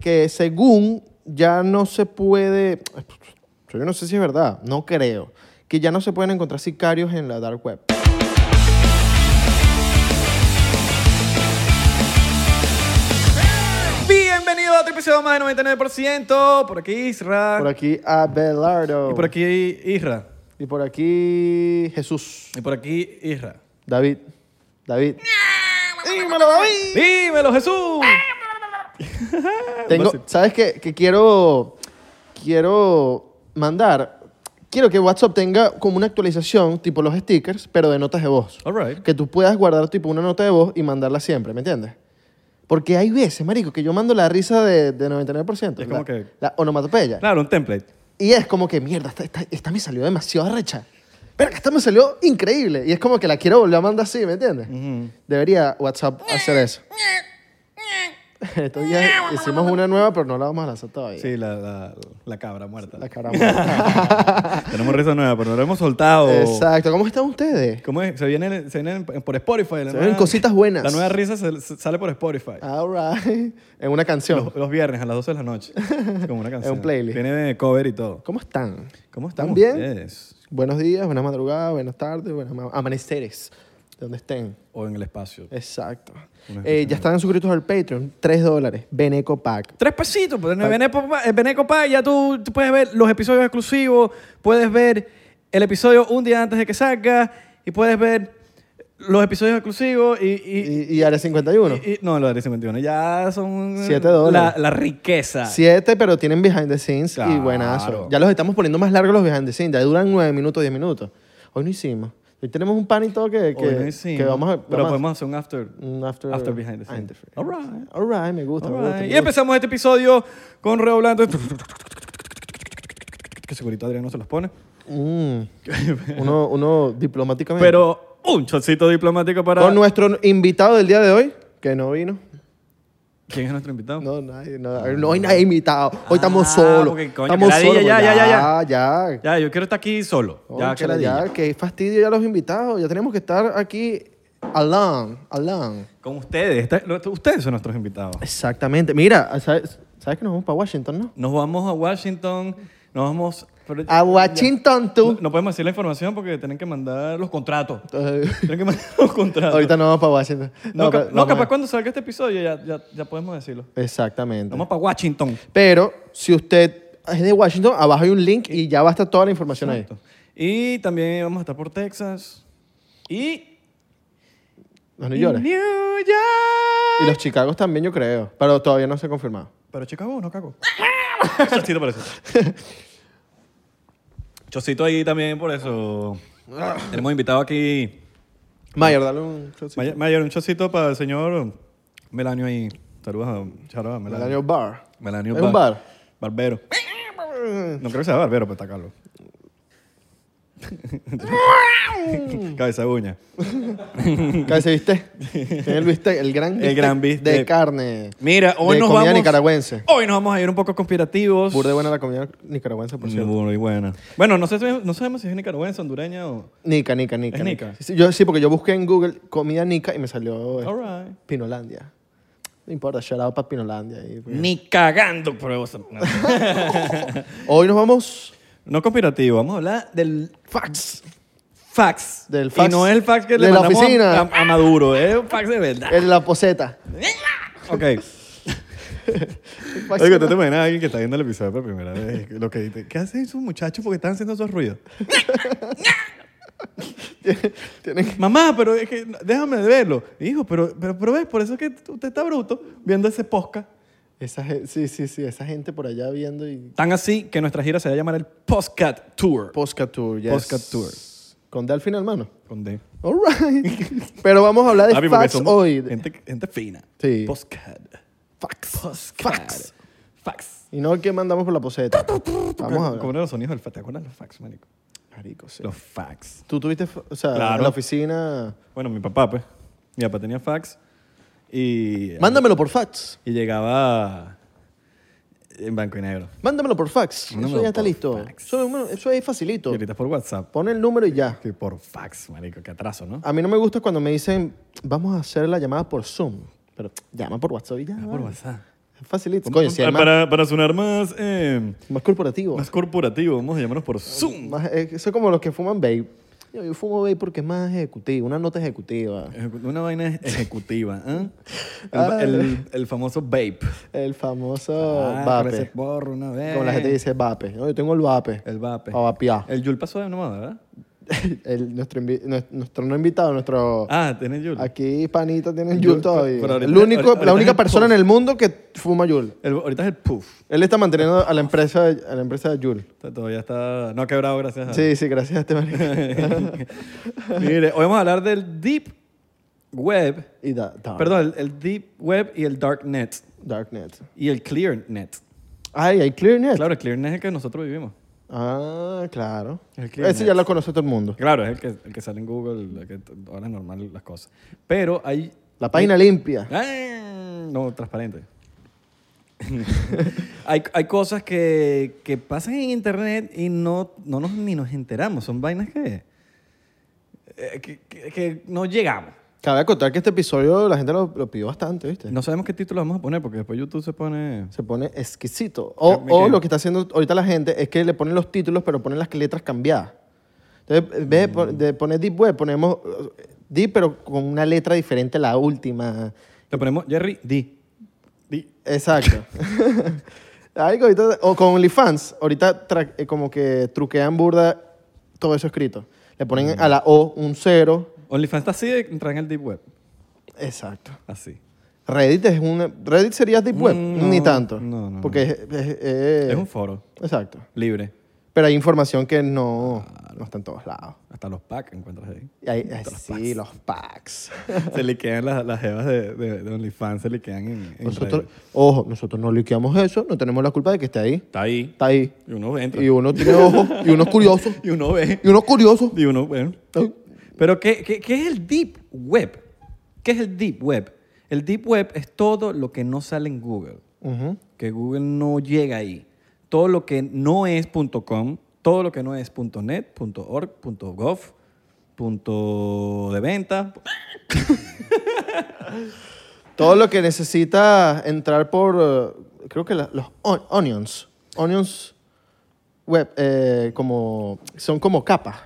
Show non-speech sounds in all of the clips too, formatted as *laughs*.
que según ya no se puede, yo no sé si es verdad, no creo, que ya no se pueden encontrar sicarios en la dark web. Bienvenido a otro episodio más de 99%. Por aquí Isra. Por aquí Abelardo. Y por aquí Isra. Y por aquí Jesús. Y por aquí Isra. David. David. Dímelo, David. Dímelo, Jesús. Tengo, Vas a- ¿Sabes qué? Que quiero, quiero mandar. Quiero que WhatsApp tenga como una actualización, tipo los stickers, pero de notas de voz. All right. Que tú puedas guardar tipo una nota de voz y mandarla siempre, ¿me entiendes? Porque hay veces, marico, que yo mando la risa de, de 99%. Es como la, que- La onomatopeya. Claro, un template. Y es como que, mierda, esta, esta- esta me salió demasiado arrecha. Pero esta me salió increíble. Y es como que la quiero volver a mandar así, ¿me entiendes? Mm. Debería WhatsApp hacer eso. *laughs* Estos días hicimos una nueva, pero no la vamos a lanzar todavía. Sí, la, la, la cabra muerta. La caramba. *laughs* Tenemos risa nueva, pero no la hemos soltado. Exacto. ¿Cómo están ustedes? ¿Cómo es? Se vienen, se vienen por Spotify. la Se nueva- ven cositas buenas. Ah, La nueva risa se- se- sale por Spotify. All right. *laughs* En una canción. Los, los viernes a las 12 de la noche. Es *laughs* como una canción. un playlist. Tiene cover y todo. ¿Cómo están? ¿Cómo estamos? bien? ustedes? Buenos días, buenas madrugadas, buenas tardes, buenas ma- amaneceres. De donde estén. O en el espacio. Exacto. Una Eh, ya están suscritos al Patreon. 3 dólares. Beneco Pack. Tres pesitos. Pues, Ah. en Beneco Pa- en Beneco Pa ya tú, tú puedes ver los episodios exclusivos, puedes ver el episodio un día antes de que salga y puedes ver los episodios exclusivos y... y, Y, y área 51. y- y- no, los de 51 ya son... Siete dólares. La, la riqueza. Siete, pero tienen behind the scenes y Claro. buenazo. Ya los estamos poniendo más largos los behind the scenes. Ya duran nueve minutos, diez minutos. Hoy no hicimos. Hoy tenemos un pan y todo que, que, Hoy no hicimos, que vamos a... vamos Pero a- Mm, podemos hacer un after... un after, after behind the scenes. after- All right. All right, me gusta. me All gusta, right. me Y gusta. empezamos este episodio con redoblando. Que segurito Adrián no se los pone. *laughs* Mm. uno, uno diplomáticamente. Pero un chocito diplomático para. Con nuestro invitado del día de hoy, que no vino. ¿Quién es nuestro invitado? No, nadie, no, no hay nadie invitado. Hoy estamos Ah, solos. porque, coño, estamos que ladilla, solos. ya, ya, ya, ya, ya. ya. Ya, yo quiero estar aquí solo. ya, que Cónchale, ladilla. ya, qué fastidio ya los invitados. Ya tenemos que estar aquí alone, alone. Con ustedes. Está- lo- Ustedes son nuestros invitados. Exactamente. Mira, ¿sabes, sabes que nos vamos para Washington, no? Nos vamos a Washington. Nos vamos. pero- A Washington, no, tú. no podemos decir la información porque tienen que mandar los *laughs* contratos. Eh, Tienen que mandar los contratos. Ahorita no vamos para Washington. pero no, cap- no, vamos capaz a- cuando salga este episodio ya, ya, ya podemos decirlo. Exactamente. Vamos para Washington. Pero si usted es de Washington, abajo hay un link y ya va a estar toda la información ahí. Exacto. Y también vamos a estar por Texas. Y. Los New York. y New York. Y los Chicagos también, yo creo. Pero todavía no se ha confirmado. Pero Chicago *laughs* no cago. Chocito por eso. Chocito ahí también *laughs* por eso. Tenemos invitado aquí. Mayor, dale un shotcito. May- Mayor, un chocito para el señor Melanio ahí. Saludos a Charo, a Melanio Melanio. Bar. Melanio ¿Es un bar? Barbero. No creo que sea barbero, pero *laughs* está Carlos. Cabeza de uña. ¿Cabeza de bistec? Tiene el bistec, el gran bistec, gran bistec. de carne. Mira, hoy de nos comida vamos. nicaragüense. Hoy nos vamos a ir un poco conspirativos. Burde buena la comida nicaragüense, por cierto. Muy buena. Bueno, no, sé, si- no sabemos si es nicaragüense, hondureña o. Nica, nica, nica. ¿Es nica. nica? Sí, yo, sí, porque yo busqué en Google comida nica y me salió eh, All right. Pinolandia. No importa, shout out para Pinolandia. ahí, pues. porque- Ni cagando pruebo esa- No, Hoy nos vamos No conspirativo, vamos a hablar del fax. Fax. Del fax. Y no es el fax que De le la mandamos a- oficina. A, a Maduro, es un fax de verdad. *laughs* en la poseta. Ok. Oiga, ¿tú te imaginas a alguien que está viendo el episodio por primera vez? Lo que dice, ¿qué hacen esos muchachos porque están haciendo esos ruidos? *laughs* Tienen que- Mamá, pero es que déjame de verlo. Hijo, pero, pero, pero ves, por eso es que usted está bruto viendo ese posca. esa, gen- sí, sí, sí, esa gente por allá viendo y... Tan así que nuestra gira se va a llamar el Postcat Tour. Posca Tour, yes. Postcat Tour. Con D al final, hermano. Con D. All right. *laughs* Pero vamos a hablar de Ah, porque facts somos hoy. Gente, gente fina. Sí. Postcard. Fax. Fax. Fax. Fax. Y no que mandamos por la poseta. Vamos a ¿Cómo hablar. eran los sonidos del fax? ¿Te acuerdas de los fax, manico? Marico, sí. Los fax. Tú tuviste, fa- o sea, Claro. en la oficina... Bueno, mi papá, pues. Mi papá tenía fax y... Mándamelo por fax. Y llegaba en blanco y negro. Mándamelo por fax. Mándamelo eso ya está por listo. fax. Eso, es bueno, eso es facilito. Y ahorita por WhatsApp. Pon el número y ya. Que por fax, marico. Qué atraso, ¿no? A mí no me gusta cuando me dicen, vamos a hacer la llamada por Zoom. Pero llama por WhatsApp y ya. Ah, vale. por WhatsApp. Ah, Facilito. Coño, si hay más, Oh. para, para sonar más, eh, más corporativo. más corporativo, vamos a llamarnos Oh, por Zoom. Más, eh, soy como los que fuman vape. Yo, yo fumo vape porque es más ejecutivo, una nota ejecutiva. Ejecu- Una vaina ejecutiva, ¿eh? El, Ah. el- el famoso vape. El famoso Ah, vape. parece porro una vez. Como la gente dice Oh, vape. No, yo tengo el vape. El vape. A vapear. *laughs* El Yul pasó de nomás, ¿verdad? El- nuestro, invi- nues- nuestro no invitado, nuestro... Ah, tiene Yul. Aquí panita tiene Yul, Yul todavía. pero ahorita- El único- ahorita- la ahorita es única el persona en post. el mundo que fuma Yul. El- ahorita es el puff. Él está manteniendo a la empresa de, a la empresa de Yul. Está- Todavía está. No ha quebrado, gracias a Sí, sí, gracias a este marico. *laughs* Mire, hoy vamos a hablar del Deep Web. Y da- Dark- Perdón, el, el Deep Web y el Dark Net. Darknet. Y el Clear Net. Ay, hay ClearNet. Claro, el Clear Net es el que nosotros vivimos. Ah, claro. El ClearNet. Ese ya lo conoce todo el mundo. Claro, es el que, el que sale en Google, el que t- ahora es normal las cosas. Pero hay... La página limpia. ¡Ah! No, transparente. *laughs* hay, hay cosas que, que pasan en internet y no, no nos, ni nos enteramos. Son vainas que, eh, que, que- que no llegamos. Cabe contar que este episodio la gente lo, lo pidió bastante, ¿viste? No sabemos qué título vamos a poner porque después YouTube se pone... Se pone exquisito. O, Me o quedo. lo que está haciendo ahorita la gente es que le ponen los títulos, pero ponen las letras cambiadas. Entonces, en vez de pon- de poner Deep Web, ponemos eh, Deep, pero con una letra diferente a la última. Le ponemos Jerry D. D. Exacto. *laughs* Algo ahorita- o con OnlyFans, ahorita tra- eh, como que truquean burda todo eso escrito. Le ponen a la O un cero. OnlyFans está así de entrar en el Deep Web. Exacto. Así. Reddit es una... Reddit sería Deep Web, Mm, ni no, tanto. no, no, Porque es... es- eh, Es un foro Exacto. libre. Pero hay información que no, no está en todos lados. Hasta los packs *laughs* encuentras ahí. Y hay- ay, sí, los packs. se le quedan las, las jevas de, de, de OnlyFans, se le quedan en, en Nosotros, Reddit. ojo, nosotros no liqueamos eso, no tenemos la culpa de que esté ahí. Está ahí. Está ahí. Y uno entra. Y uno tiene ojos, y uno es curioso, Y uno ve. y uno es curioso. Y uno, bueno. Pero ¿qué, qué, qué es el Deep Web? ¿Qué es el Deep Web? El Deep Web es todo lo que no sale en Google. Ujú. Que Google no llega ahí. Todo lo que no es .com, todo lo que no es .net, .org, .gov, punto de venta, Todo lo que necesita entrar por, eh, creo que la- los on- onions, onions web, eh, como, son como capas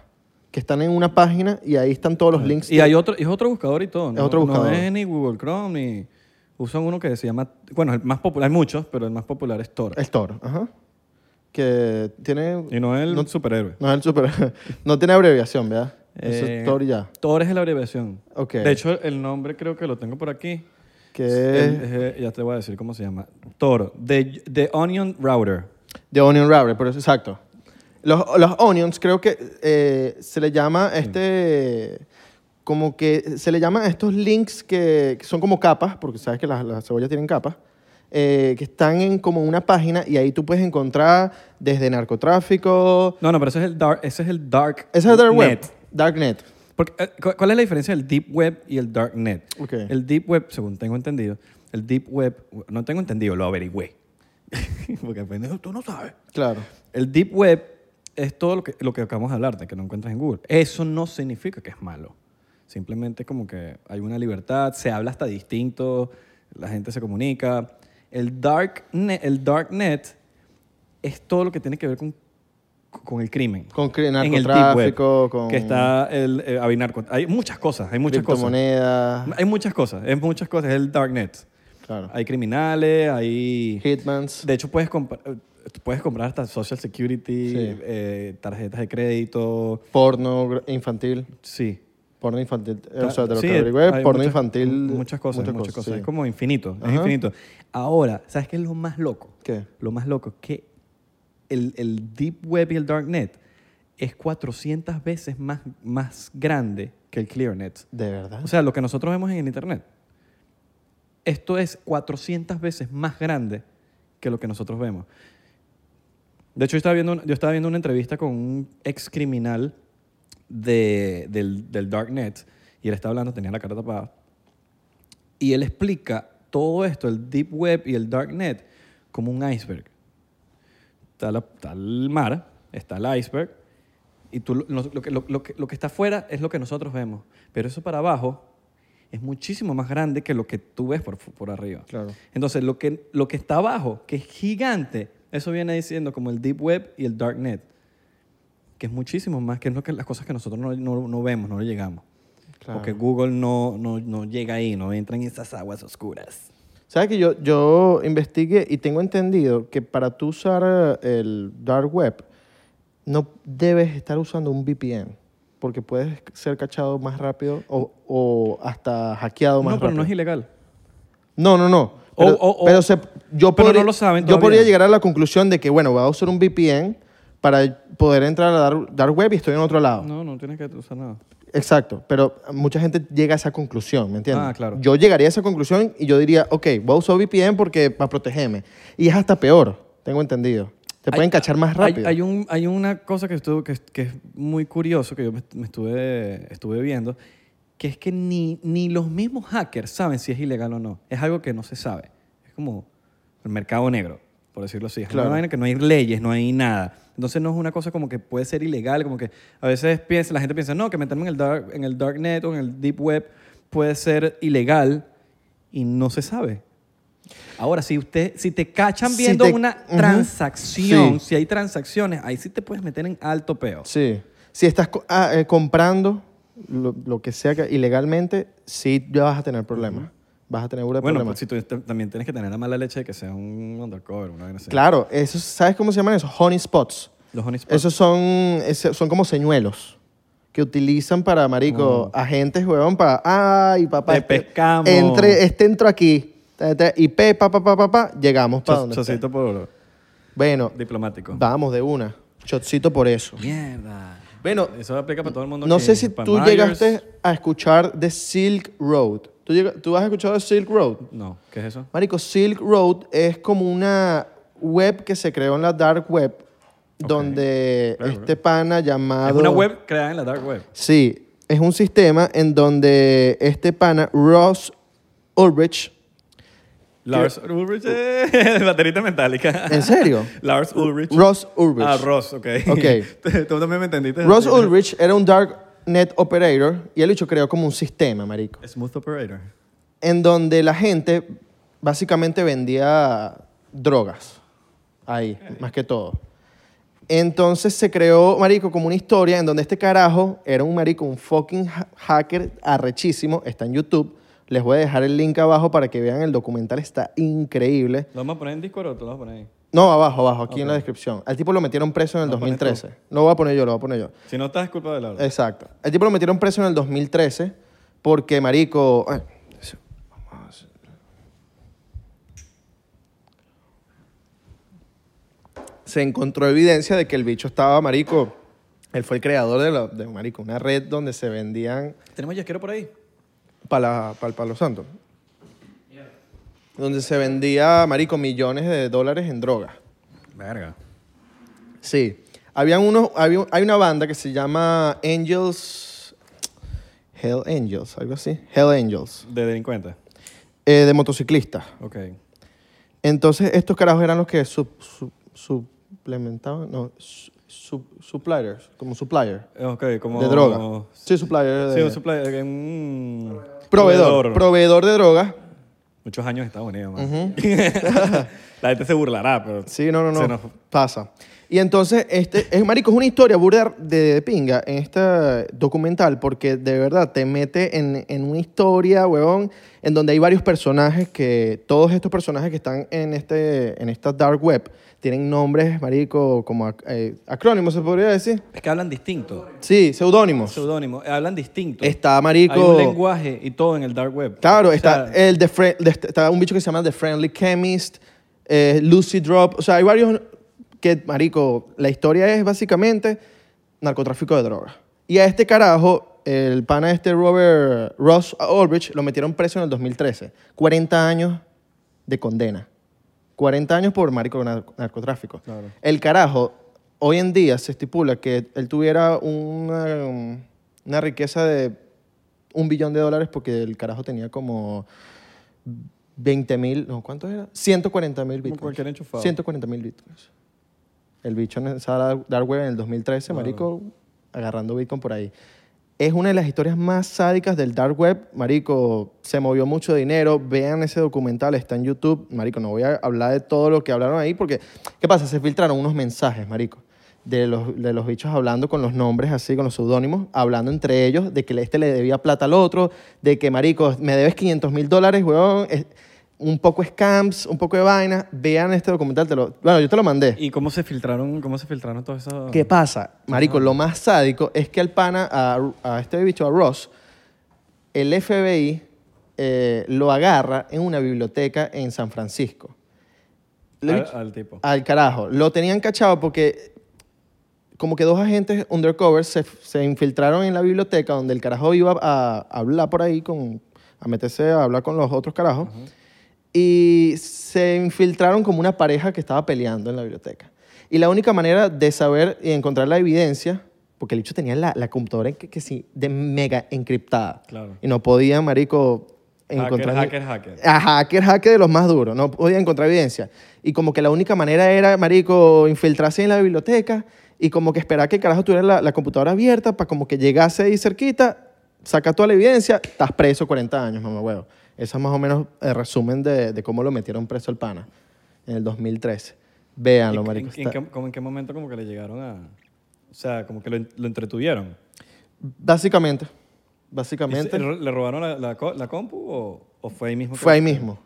que están en una página y ahí están todos los links. Y hay otro, es otro buscador y todo. ¿no? otro buscador. No es ni Google Chrome ni. Usan uno que se llama. Bueno, el más popular, hay muchos, pero el más popular es Tor. El toro, ajá. Que tiene... Y no es el no- superhéroe. No es el super. *laughs* no tiene abreviación, ¿verdad? Eso Eh, es Thor ya. Tor es la abreviación. Ok. De hecho, el nombre creo que lo tengo por aquí. Que El- es eh, ya te voy a decir cómo se llama. Tor. The, the Onion Router. The Onion Router, pero es exacto. Los, los onions creo que eh, se le llama este. Como que se le llaman a estos links que, que son como capas, porque sabes que las, las cebollas tienen capas, eh, que están en como una página y ahí tú puedes encontrar desde narcotráfico. No, no, pero ese es el Dark. Ese es el Dark. Esa es Dark Web. Net. Darknet. Porque, eh, cu- ¿Cuál es la diferencia del Deep Web y el Dark Net? Ok. El Deep Web, según tengo entendido, el Deep Web, no tengo entendido, lo averigüé. *laughs* Porque pendejo, tú no sabes. Claro. El Deep Web es todo lo que, lo que acabamos de hablar, de que no encuentras en Google. Eso no significa que es malo. Simplemente como que hay una libertad, se habla hasta distinto, la gente se comunica. El Dark Net, el dark net es todo lo que tiene que ver con, con el crimen. Con cri- En el Deep Web, narcotráfico, con. Que está el, eh, hay narco- Hay muchas cosas, hay muchas cosas. criptomonedas. Hay muchas cosas, es muchas cosas, es el Darknet. Claro. Hay criminales, hay... Hitmans. De hecho, puedes, comprar puedes comprar hasta Social Security, Sí. eh, tarjetas de crédito, Porno gra- infantil. sí. Porno infantil. eh, O sea, de lo Sí, que averigüé, hay porno muchas- infantil. Muchas cosas, muchas, cosas. sí. Es como infinito, es Ajá. infinito. Ahora, ¿sabes qué es lo más loco? ¿Qué? Lo más loco que el, el Deep Web y el Darknet es 400 veces más, más grande que el ClearNet. De verdad. O sea, lo que nosotros vemos en el Internet, esto es 400 veces más grande que lo que nosotros vemos. De hecho, yo estaba viendo, un- yo estaba viendo una entrevista con un ex criminal de, del, del Darknet y él estaba hablando, tenía la cara tapada. Y él explica todo esto, el Deep Web y el Darknet, como un iceberg. Está, la- está el mar, está el iceberg, y tú, lo, lo que, lo- lo que- lo que está afuera es lo que nosotros vemos. Pero eso para abajo es muchísimo más grande que lo que tú ves por, fu- por arriba. Claro. Entonces, lo que, lo que está abajo, que es gigante, eso viene diciendo como el Deep Web y el Dark Net, que es muchísimo más que, es lo que las cosas que nosotros no, no- no vemos, no llegamos. Claro. Porque Google no, no, no llega ahí, no entra en esas aguas oscuras. ¿Sabes que yo, yo investigué y tengo entendido que para tú usar eh, el dark web no debes estar usando un VPN porque puedes ser cachado más rápido o, o hasta hackeado no, más pero rápido. no es ilegal. No, no, no. O- Pero, o- o- pero se- yo, pero podría, no lo saben yo todavía. podría llegar a la conclusión de que, bueno, voy a usar un VPN para poder entrar a dar, dar web y estoy en otro lado. No, no tienes que usar nada. Exacto, pero mucha gente llega a esa conclusión, ¿me entiendes? Ah, claro. Yo llegaría a esa conclusión y yo diría, ok, voy a usar VPN porque para protegerme. Y es hasta peor, tengo entendido. Te Hay- pueden cachar más Hay- rápido. Hay, un, hay una cosa que, estuvo, que, que es muy curioso que yo me, me estuve, estuve viendo, que es que ni, ni los mismos hackers saben si es ilegal o no. Es algo que no se sabe. Es como el mercado negro, por decirlo así. Es Claro. una vaina que no hay leyes, no hay nada. Entonces no es una cosa como que puede ser ilegal, como que a veces piensa, la gente piensa, no, que meterme en el dark, en el dark net o en el deep web puede ser ilegal y no se sabe. Ahora, si usted, si te cachan Si viendo te- una Ujú. transacción, Sí. si hay transacciones, ahí sí te puedes meter en alto peo. Sí. Si estás co- ah, eh, comprando lo, lo que sea que- ilegalmente, sí ya vas a tener problemas. Vas a tener un Bueno, problemas. pues, si tú t- también tienes que tener la mala leche de que sea un undercover, una vaina así. Claro, esos, ¿sabes cómo se llaman esos? Honey spots. Los honey spots. Esos son, ese- son como señuelos que utilizan para, marico, agentes, huevón, para, ay, papá. Mm. este, Te pescamos. Entre, este entro aquí, ta, ta, y pe, pa, pa, pa, pa, pa, llegamos para Cho- donde chocito esté. por oro. Bueno, Diplomático. vamos de una. Chocito por eso. Mierda. Bueno, Eso aplica para todo el mundo. no que- sé si para tú Myers. llegaste a escuchar de Silk Road. ¿Tú, llega- ¿Tú has escuchado de Silk Road? No, ¿qué es eso? Marico, Silk Road es como una web que se creó en la dark web donde Claro, este pana llamado... Es una web creada en la dark web. Sí, es un sistema en donde este pana, Ross Ulrich, Lars Ulrich, *laughs* eh, baterita metálica. ¿en serio? *laughs* Lars Ulrich. Ross Ulrich. Ah, Ross, ok. Ok. *laughs* tú también me entendiste. Ross Ulrich era un dark net operator y el hecho creó como un sistema, marico, Smooth Operator. en donde la gente básicamente vendía drogas ahí, más que todo. Entonces se creó, marico, como una historia en donde este carajo era un marico, un fucking ha- hacker arrechísimo, está en YouTube. Les voy a dejar el link abajo para que vean el documental, está increíble. ¿Lo vamos a poner en Discord o tú lo vas a poner ahí? No, abajo, abajo, aquí en la descripción. Al tipo lo metieron preso en el Lo pones 2013. No voy a poner yo, lo voy a poner yo. Si no estás, es culpa de Laura. Exacto. Al tipo lo metieron preso en el 2013 porque, marico... ay, eso, vamos a hacer- Se encontró evidencia de que el bicho estaba, marico... Él fue el creador de, la- de, marico, una red donde se vendían ¿Tenemos yesquero por ahí? para Palo Santo. Donde se vendía, marico, millones de dólares en drogas. Verga. Sí. Habían unos, había, hay una banda que se llama Angels. Hell Angels, algo así. Hell Angels. De delincuente. eh, de motociclistas. Ok. Entonces, estos carajos eran los que sub- sub- suplementaban. No, su- sub- suppliers. Como supplier. Ok, como... de droga. Sí, supplier. De, Sí, un supply... eh, un- proveedor. Proveedor de drogas. Muchos años en Estados Unidos, man. *laughs* La gente se burlará, pero... Sí, no, no, no. Se nos- Pasa. Y entonces, este, es, marico, es una historia burda de, de pinga en este documental porque de verdad te mete en, en una historia, huevón, en donde hay varios personajes que, todos estos personajes que están en, este, en esta dark web, tienen nombres, marico, como ac- eh, acrónimos, se podría decir. Es que hablan distinto. Sí, seudónimos. Seudónimo. Hablan distinto. Está, Hay marico... un lenguaje y todo en el dark web. Claro, O está, eh. sea, el de Fre- de- está un bicho que se llama The Friendly Chemist, eh, Lucy Drop. O sea, hay varios que, marico, la historia es básicamente narcotráfico de drogas. Y a este carajo, el pana este Robert Ross Ulrich, lo metieron preso en el 2013. 40 años de condena. 40 años por marico nar- narcotráfico. Claro. El carajo, hoy en día se estipula que él tuviera una, una riqueza de un billón de dólares porque el carajo tenía como 20 mil, no, ¿cuánto era? 140 mil bitcoins. cualquier enchufado. 140 mil bitcoins. El bicho en esa dark web en el 2013, marico, agarrando bitcoin por ahí. Es una de las historias más sádicas del dark web. Marico, se movió mucho dinero. Vean ese documental, está en YouTube. Marico, no voy a hablar de todo lo que hablaron ahí porque, ¿qué pasa? Se filtraron unos mensajes, Marico, de los, de los bichos hablando con los nombres así, con los seudónimos, hablando entre ellos de que este le debía plata al otro, de que, Marico, me debes 500 mil dólares, weón. Es- un poco scams, un poco de vainas. Vean este documental. Te lo, bueno, yo te lo mandé. ¿Y cómo se filtraron, cómo se filtraron todos esos...? ¿Qué pasa? Marico, lo más sádico es que al pana, a, a este bicho, a Ross, el FBI eh, lo agarra en una biblioteca en San Francisco. Le Al, bicho- al tipo. al carajo. Lo tenían cachado porque como que dos agentes undercover se, se infiltraron en la biblioteca donde el carajo iba a, a hablar por ahí, con, a meterse a hablar con los otros carajos. Y se infiltraron como una pareja que estaba peleando en la biblioteca. Y la única manera de saber y encontrar la evidencia, porque el hecho tenía la, la computadora que, que sí, de mega encriptada. Claro. Y no podía, marico, Hacker, encontrar... hacker, hacker. A hacker, hacker de los más duros. No podía encontrar evidencia. Y como que la única manera era, marico, infiltrarse en la biblioteca y como que esperar que el carajo tuviera la, la computadora abierta para como que llegase ahí cerquita, saca toda la evidencia, estás preso 40 años, mamá huevo. Ese es más o menos el resumen de, de cómo lo metieron preso el pana en el 2013. Véanlo, ¿Y en- marico. en está- qué- como en qué momento como que le llegaron a...? O sea, como que lo, en- lo entretuvieron. Básicamente, ¿Y se- básicamente, ¿Le robaron la, la co- la compu o, o fue ahí mismo? que- fue ahí mismo,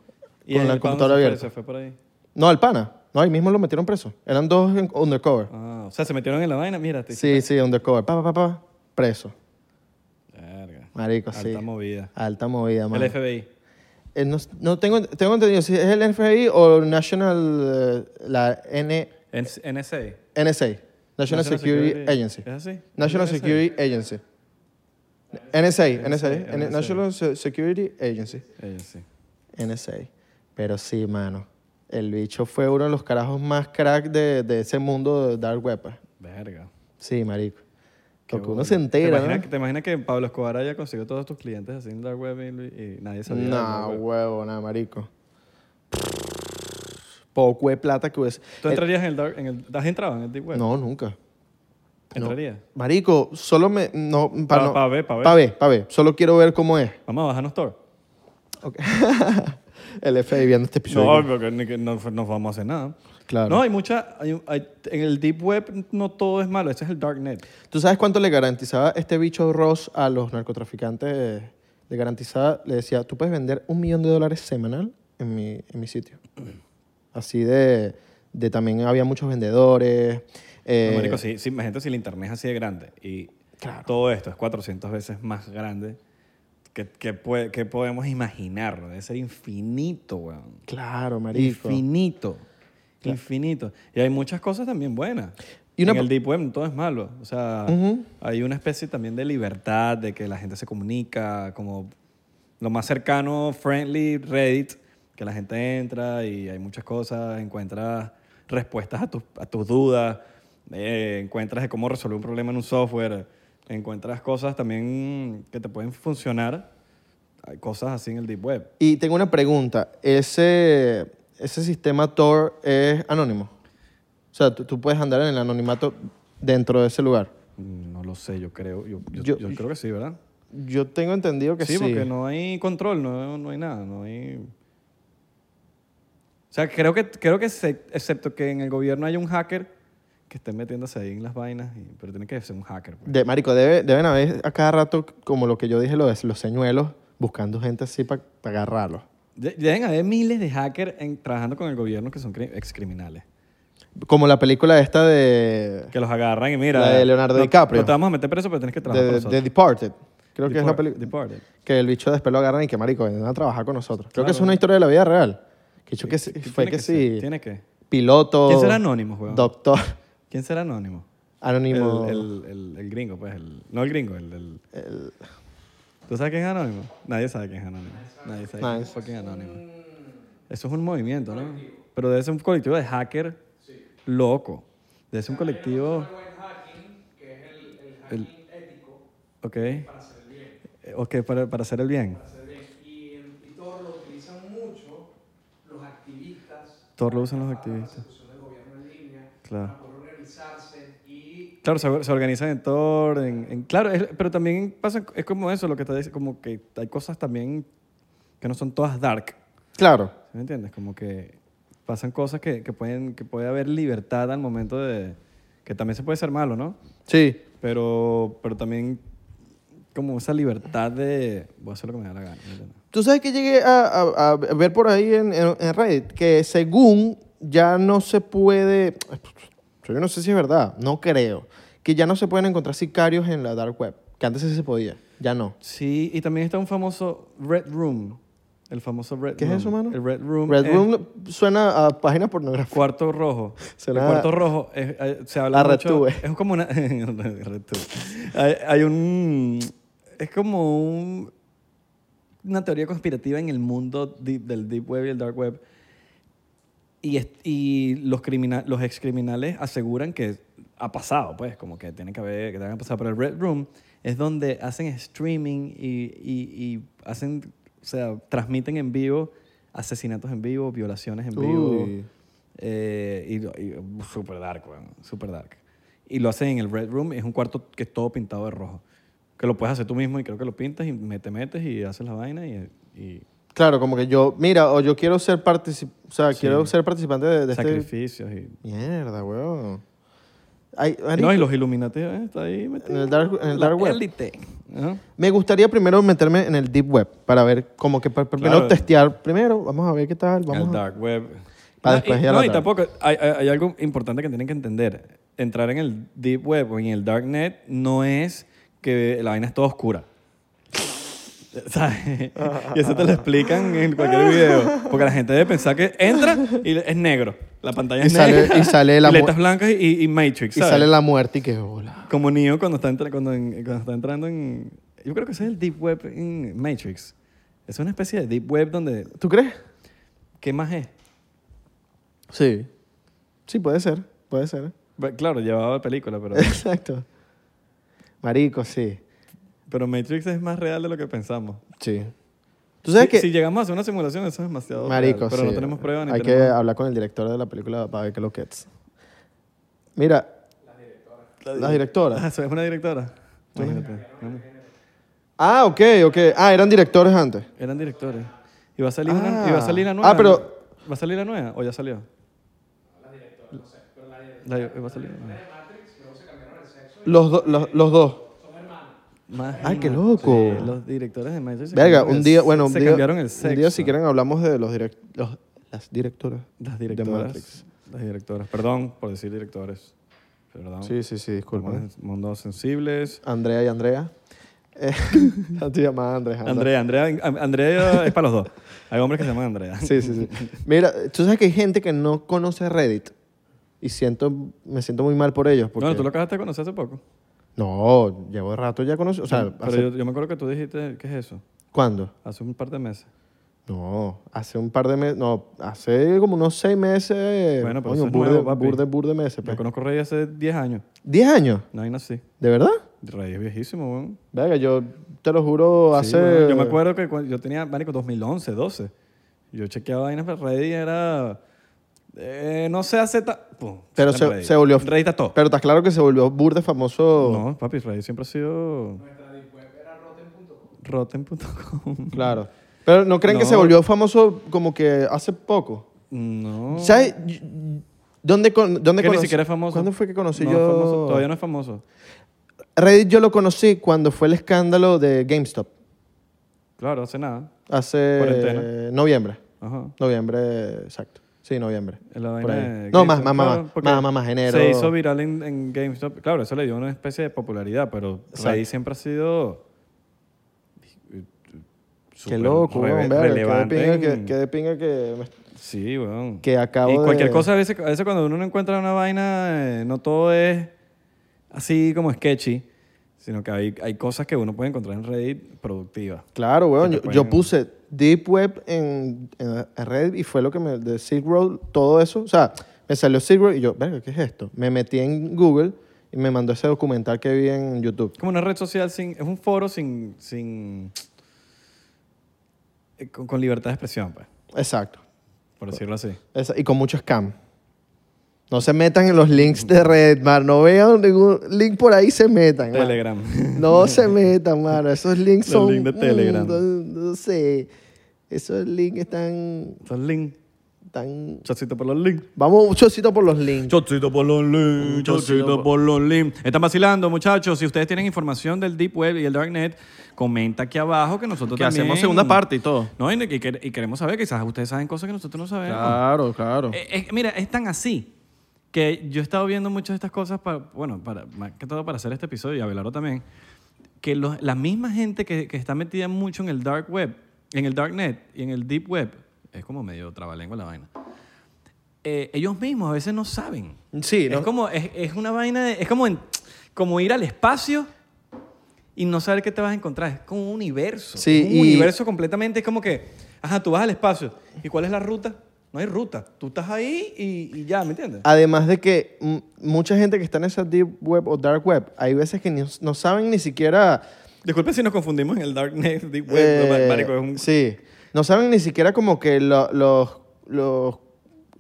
¿Y con él la cuándo computadora se fue? abierta. Se fue por ahí. No, el pana. No, ahí mismo lo metieron preso. Eran dos en- undercover. Ah, o sea, se metieron en la vaina, mira. te- Sí, sí, undercover. Pa, pa, pa, pa. Preso. Verga. Marico, Alta sí. movida. Alta movida, mano. El FBI. Eh, no, no tengo, tengo entendido si es el FBI o National, eh, la N, N- NSA. NSA. National, Security, Agency. ¿Es así? National NSA. Security Agency. NSA, NSA, NSA. N- National Se- Security Agency. Agency. NSA. Pero sí, mano. El bicho fue uno de los carajos más crack de, de ese mundo de Dark Web. pues. Verga. Sí, marico. Qué Porque uno bola. se entera, ¿no? ¿Te imaginas, que- te imaginas que Pablo Escobar haya conseguido todos tus clientes así en la web y, y nadie sabía? de la No, web? huevo, nada, marico. Poco de plata que hubiese. ¿Tú Eh, entrarías en el dark, en el, ¿Has entrado en el deep web? No, nunca. no. ¿Entrarías? Marico, solo me. No, para Pa- no, pa' ver, pa' ver. Pa' ver, pa' ver. Solo quiero ver cómo es. Vamos a bajarnos Tor. Ok. *laughs* el FBI viendo este episodio. No, porque ni que- no, no vamos a hacer nada. claro. No, hay mucha... hay- hay- en el deep web no todo es malo. Ese es el dark net. ¿Tú sabes cuánto le garantizaba este bicho Ross a los narcotraficantes? Le garantizaba, le decía, tú puedes vender un millón de dólares semanal en mi, en mi sitio. *clears throat* Así de, de también había muchos vendedores. eh, No, marico, sí, sí, imagínate si el internet es así de grande y Claro. todo esto es 400 veces más grande que, que, puede- que podemos imaginarlo. Debe ser infinito, weón. Claro, marico. Infinito. Infinito. Y hay muchas cosas también buenas. Y una en pa- el Deep Web no todo es malo. O sea, Ujú. hay una especie también de libertad, de que la gente se comunica, como lo más cercano, friendly, Reddit, que la gente entra y hay muchas cosas, encuentras respuestas a tus, a tus dudas, eh, encuentras de cómo resolver un problema en un software, encuentras cosas también que te pueden funcionar, hay cosas así en el Deep Web. Y tengo una pregunta. ¿Ese, ese sistema Tor es anónimo? O sea, tú, tú puedes andar en el anonimato dentro de ese lugar. No lo sé, yo creo. Yo, yo- Yo- yo creo que sí, ¿verdad? Yo tengo entendido que sí. sí, porque no hay control, no, no hay nada, no hay... O sea, creo que, creo que se- excepto que en el gobierno haya un hacker que esté metiéndose ahí en las vainas, y- pero tiene que ser un hacker. pues. De, marico, debe- deben haber a cada rato, como lo que yo dije, lo de los señuelos, buscando gente así para agarrarlos. De- deben haber miles de hackers en- trabajando con el gobierno que son cri- excriminales. Como la película esta de, Que los agarran y mira... La de Leonardo no- DiCaprio. No te vamos a meter preso, pero tienes que trabajar de, con de nosotros. Departed. Creo que es la Depart- película. Departed. Que el bicho después lo agarran y que, marico, ven a trabajar con nosotros. Creo que Claro. es una historia de la vida real. Que yo que sí- fue Tiene que ser, sí, Tiene que. piloto. ¿Quién será anónimo, weón? Doctor. *laughs* ¿Quién será anónimo? Anónimo. El, el- el- el gringo, pues. El, no el gringo, el, el- ¿Tú sabes quién es anónimo? Nadie sabe quién es anónimo. Nadie sabe quién es Nice. fucking anónimo. Eso es un movimiento, ¿no? Pero debe ser un colectivo de hacker loco. Debe ser un colectivo... El Ok. Para hacer el bien. Ok, para, para hacer el bien. Y, y todo lo utilizan mucho los activistas, Todos lo usan los activistas. el gobierno en línea, Claro. para poder organizarse y Claro, se, se organizan en Tor, en, en- claro, es- pero también pasa, es como eso, lo que te dice, como que hay cosas también que no son todas dark, Claro. ¿sí ¿me entiendes? Como que pasan cosas que, que pueden, que puede haber libertad al momento de, que también se puede ser malo, ¿no? Sí. Pero, pero también como esa libertad de, voy a hacer lo que me da la gana, ¿me entiendes? Tú sabes que llegué a, a- a ver por ahí en, en- en Reddit que según ya no se puede, yo no sé si es verdad, no creo, que ya no se pueden encontrar sicarios en la dark web, que antes sí se podía, ya no. Sí, y también está un famoso Red Room, el famoso Red ¿Qué es Room. eso, mano? El Red Room. Red es- Room suena a página pornográfica. Cuarto rojo. Será- El cuarto rojo es- eh, se habla La mucho- retuve. Es como una... *laughs* retuve. hay, hay un... Es como un- una teoría conspirativa en el mundo deep- del deep web y el dark web. Y, es- y los, crimina- los ex criminales aseguran que ha pasado, pues, como que tiene que haber, que tenga que pasar. Pero el Red Room es donde hacen streaming y, y- y hacen, o sea, transmiten en vivo asesinatos en vivo, violaciones en vivo. Uy. Eh, y, lo- y, uh, super dark, weón, super dark. Y lo hacen en el Red Room, es un cuarto que es todo pintado de rojo. Que lo puedes hacer tú mismo y creo que lo pintas y me- te metes y haces la vaina y... y Claro, como que yo, mira, o yo quiero ser participante, o sea, quiero ser participante de, de este... sacrificios y... Mierda, weón. Ay, No, y marico, los Illuminati, eh, está ahí metido. en el dark, en el La dark web. élite. Ajá. Me gustaría primero meterme en el deep web para ver, como que para, primero Claro. testear primero, vamos a ver qué tal, vamos. el a- dark web. Para no, después y, ir a la no, y dark. tampoco, hay, hay- hay algo importante que tienen que entender. Entrar en el deep web o en el dark net no es que la vaina es toda oscura. *laughs* ¿Sabes? *laughs* Y eso te lo explican en cualquier video. Porque la gente debe pensar que entra y es negro. La pantalla Y es sale- negra. y sale la mu- Letras blancas *laughs* y, y Matrix. Y ¿sabes? sale la muerte y que hola. Como Neo cuando está, entra- cuando, en- cuando está entrando en... Yo creo que ese es el deep web en Matrix. Es una especie de deep web donde... ¿Tú crees? ¿Qué más es? Sí. Sí, puede ser, puede ser. Bueno, Claro, llevaba película, pero, Exacto. Marico, sí. pero Matrix es más real de lo que pensamos. Sí. ¿Tú sabes si, que si llegamos a hacer una simulación, eso es demasiado. Marico, real, pero no sí. tenemos pruebas ni Hay que tenemos... hablar con el director de la película para ver qué lo que es. Mira. La Ah, directora. ¿so- ¿Es una directora? Imagínate. no, Ah, ok, ok. Ah, eran directores antes. Eran directores. ¿Y va, a salir Ah. una, y va a salir la nueva? Ah, pero- ¿Va a salir la nueva o ya salió? La directora, no sé. Pero la directora. va a salir. Los, do- los, los dos. Más- Ah, qué loco. Sí, los directores de Matrix. se Verga, cambiaron un el día, se- bueno, un se día, cambiaron el sexo. un día si quieren hablamos de los direct, los- las directoras. Las de directoras. Matrix. Las directoras. Perdón por decir directores. Perdón. Sí, sí, sí, Estamos disculpen. en mundos sensibles. Andrea y Andrea. *laughs* Eh, *laughs* te llamaba Andrea. Andrea, Andrea, An- Andrea es para los dos. Hay hombres que se llaman Andrea. Sí, sí, sí. Mira, tú sabes que hay gente que no conoce Reddit y siento, me siento muy mal por ellos. Porque... Bueno, tú lo acabaste de conocer hace poco. No, llevo rato ya conocido. O sea, Pero hace- yo, yo me acuerdo que tú dijiste, ¿qué es eso? ¿cuándo? Hace un par de meses. No, hace un par de meses, no, hace como unos seis meses. Bueno, pero coño, eso es burde, nuevo, papi. burde, burde meses. Yo pues. conozco a Rey hace 10 años. ¿Diez años? No hay nací. ¿De verdad? Rey es viejísimo, weón. Venga, yo te lo juro, Sí, hace... weón. Yo me acuerdo que cuando yo tenía, marico, 2011, 12. Yo chequeaba vainas para Rey y era... eh, no sé, hace... ta- Pum, Pero está en se- Rey. se volvió- Rey está todo. Pero estás claro que se volvió burde famoso. No, papi, Rey siempre ha sido... Rotten.com. Claro. Pero ¿no creen que No. se volvió famoso como que hace poco? No. ¿Sabes? Y- ¿Dónde, con, dónde que ni conocí- siquiera es famoso. ¿Cuándo fue que conocí No es yo? famoso, todavía no es famoso. Reddit yo lo conocí cuando fue el escándalo de GameStop. Claro, hace nada. Hace Cuarentena. noviembre. Ajá. Noviembre, exacto. Sí, noviembre. La vaina Por ahí. de No, más, GameStop, más, más, claro, más, porque más, más, más, enero. Se hizo viral en, en GameStop. Claro, eso le dio una especie de popularidad, pero Exacto. Rey siempre ha sido... Qué súper loco, reve- weón, verga, relevante Qué de pinga en- que, qué de pinga que me- Sí, weón. que acabo y cualquier de- cosa, a veces, a veces cuando uno no encuentra una vaina, eh, no todo es así como sketchy, sino que hay, hay cosas que uno puede encontrar en Reddit productivas. Claro, weón. te Yo, pueden- yo puse Deep Web en, en Reddit y fue lo que me... De Silk Road, todo eso. O sea, me salió Silk Road y yo, verga, ¿qué es esto? Me metí en Google y me mandó ese documental que vi en YouTube. Es como una red social sin... Es un foro sin... sin eh, con, con libertad de expresión, pues, Exacto. por decirlo así. Esa- y con mucho scam. No se metan en los links de Redmar. No vean ningún link por ahí, se metan. mano. Telegram. *laughs* No se metan, mano. Esos links Los son... links de Telegram. mm, No, no sé. Esos links están... Los links. tan- Chocito por los links. Vamos un chocito por los links. Chocito por los links. chocito Chocito por los links. Están vacilando, muchachos. Si ustedes tienen información del Deep Web y el Darknet, comenta aquí abajo que nosotros Que también- hacemos segunda parte y todo. No, y, y quer- y queremos saber, quizás ustedes saben cosas que nosotros no sabemos. Claro, claro. Eh, eh, mira, es tan así que yo he estado viendo muchas de estas cosas, para, bueno, para, más que todo para hacer este episodio y Abelardo también, que los- la misma gente que, que está metida mucho en el dark web, en el darknet y en el deep web, es como medio trabalengua la vaina, eh, ellos mismos a veces no saben. Sí, ¿no? Es como, es, es una vaina, de- es como, en- como ir al espacio y no saber qué te vas a encontrar. Es como un universo. Sí, es un y- universo completamente. Es como que, ajá, tú vas al espacio. ¿Y cuál es la ruta? No hay ruta. Tú estás ahí y, y ya, ¿me entiendes? Además de que mm, mucha gente que está en esa deep web o dark web, hay veces que ni- no saben ni siquiera... Disculpen si nos confundimos en el Darknet, Deep Web, eh, no, marico, es un- Sí. No saben ni siquiera como que lo- los, los,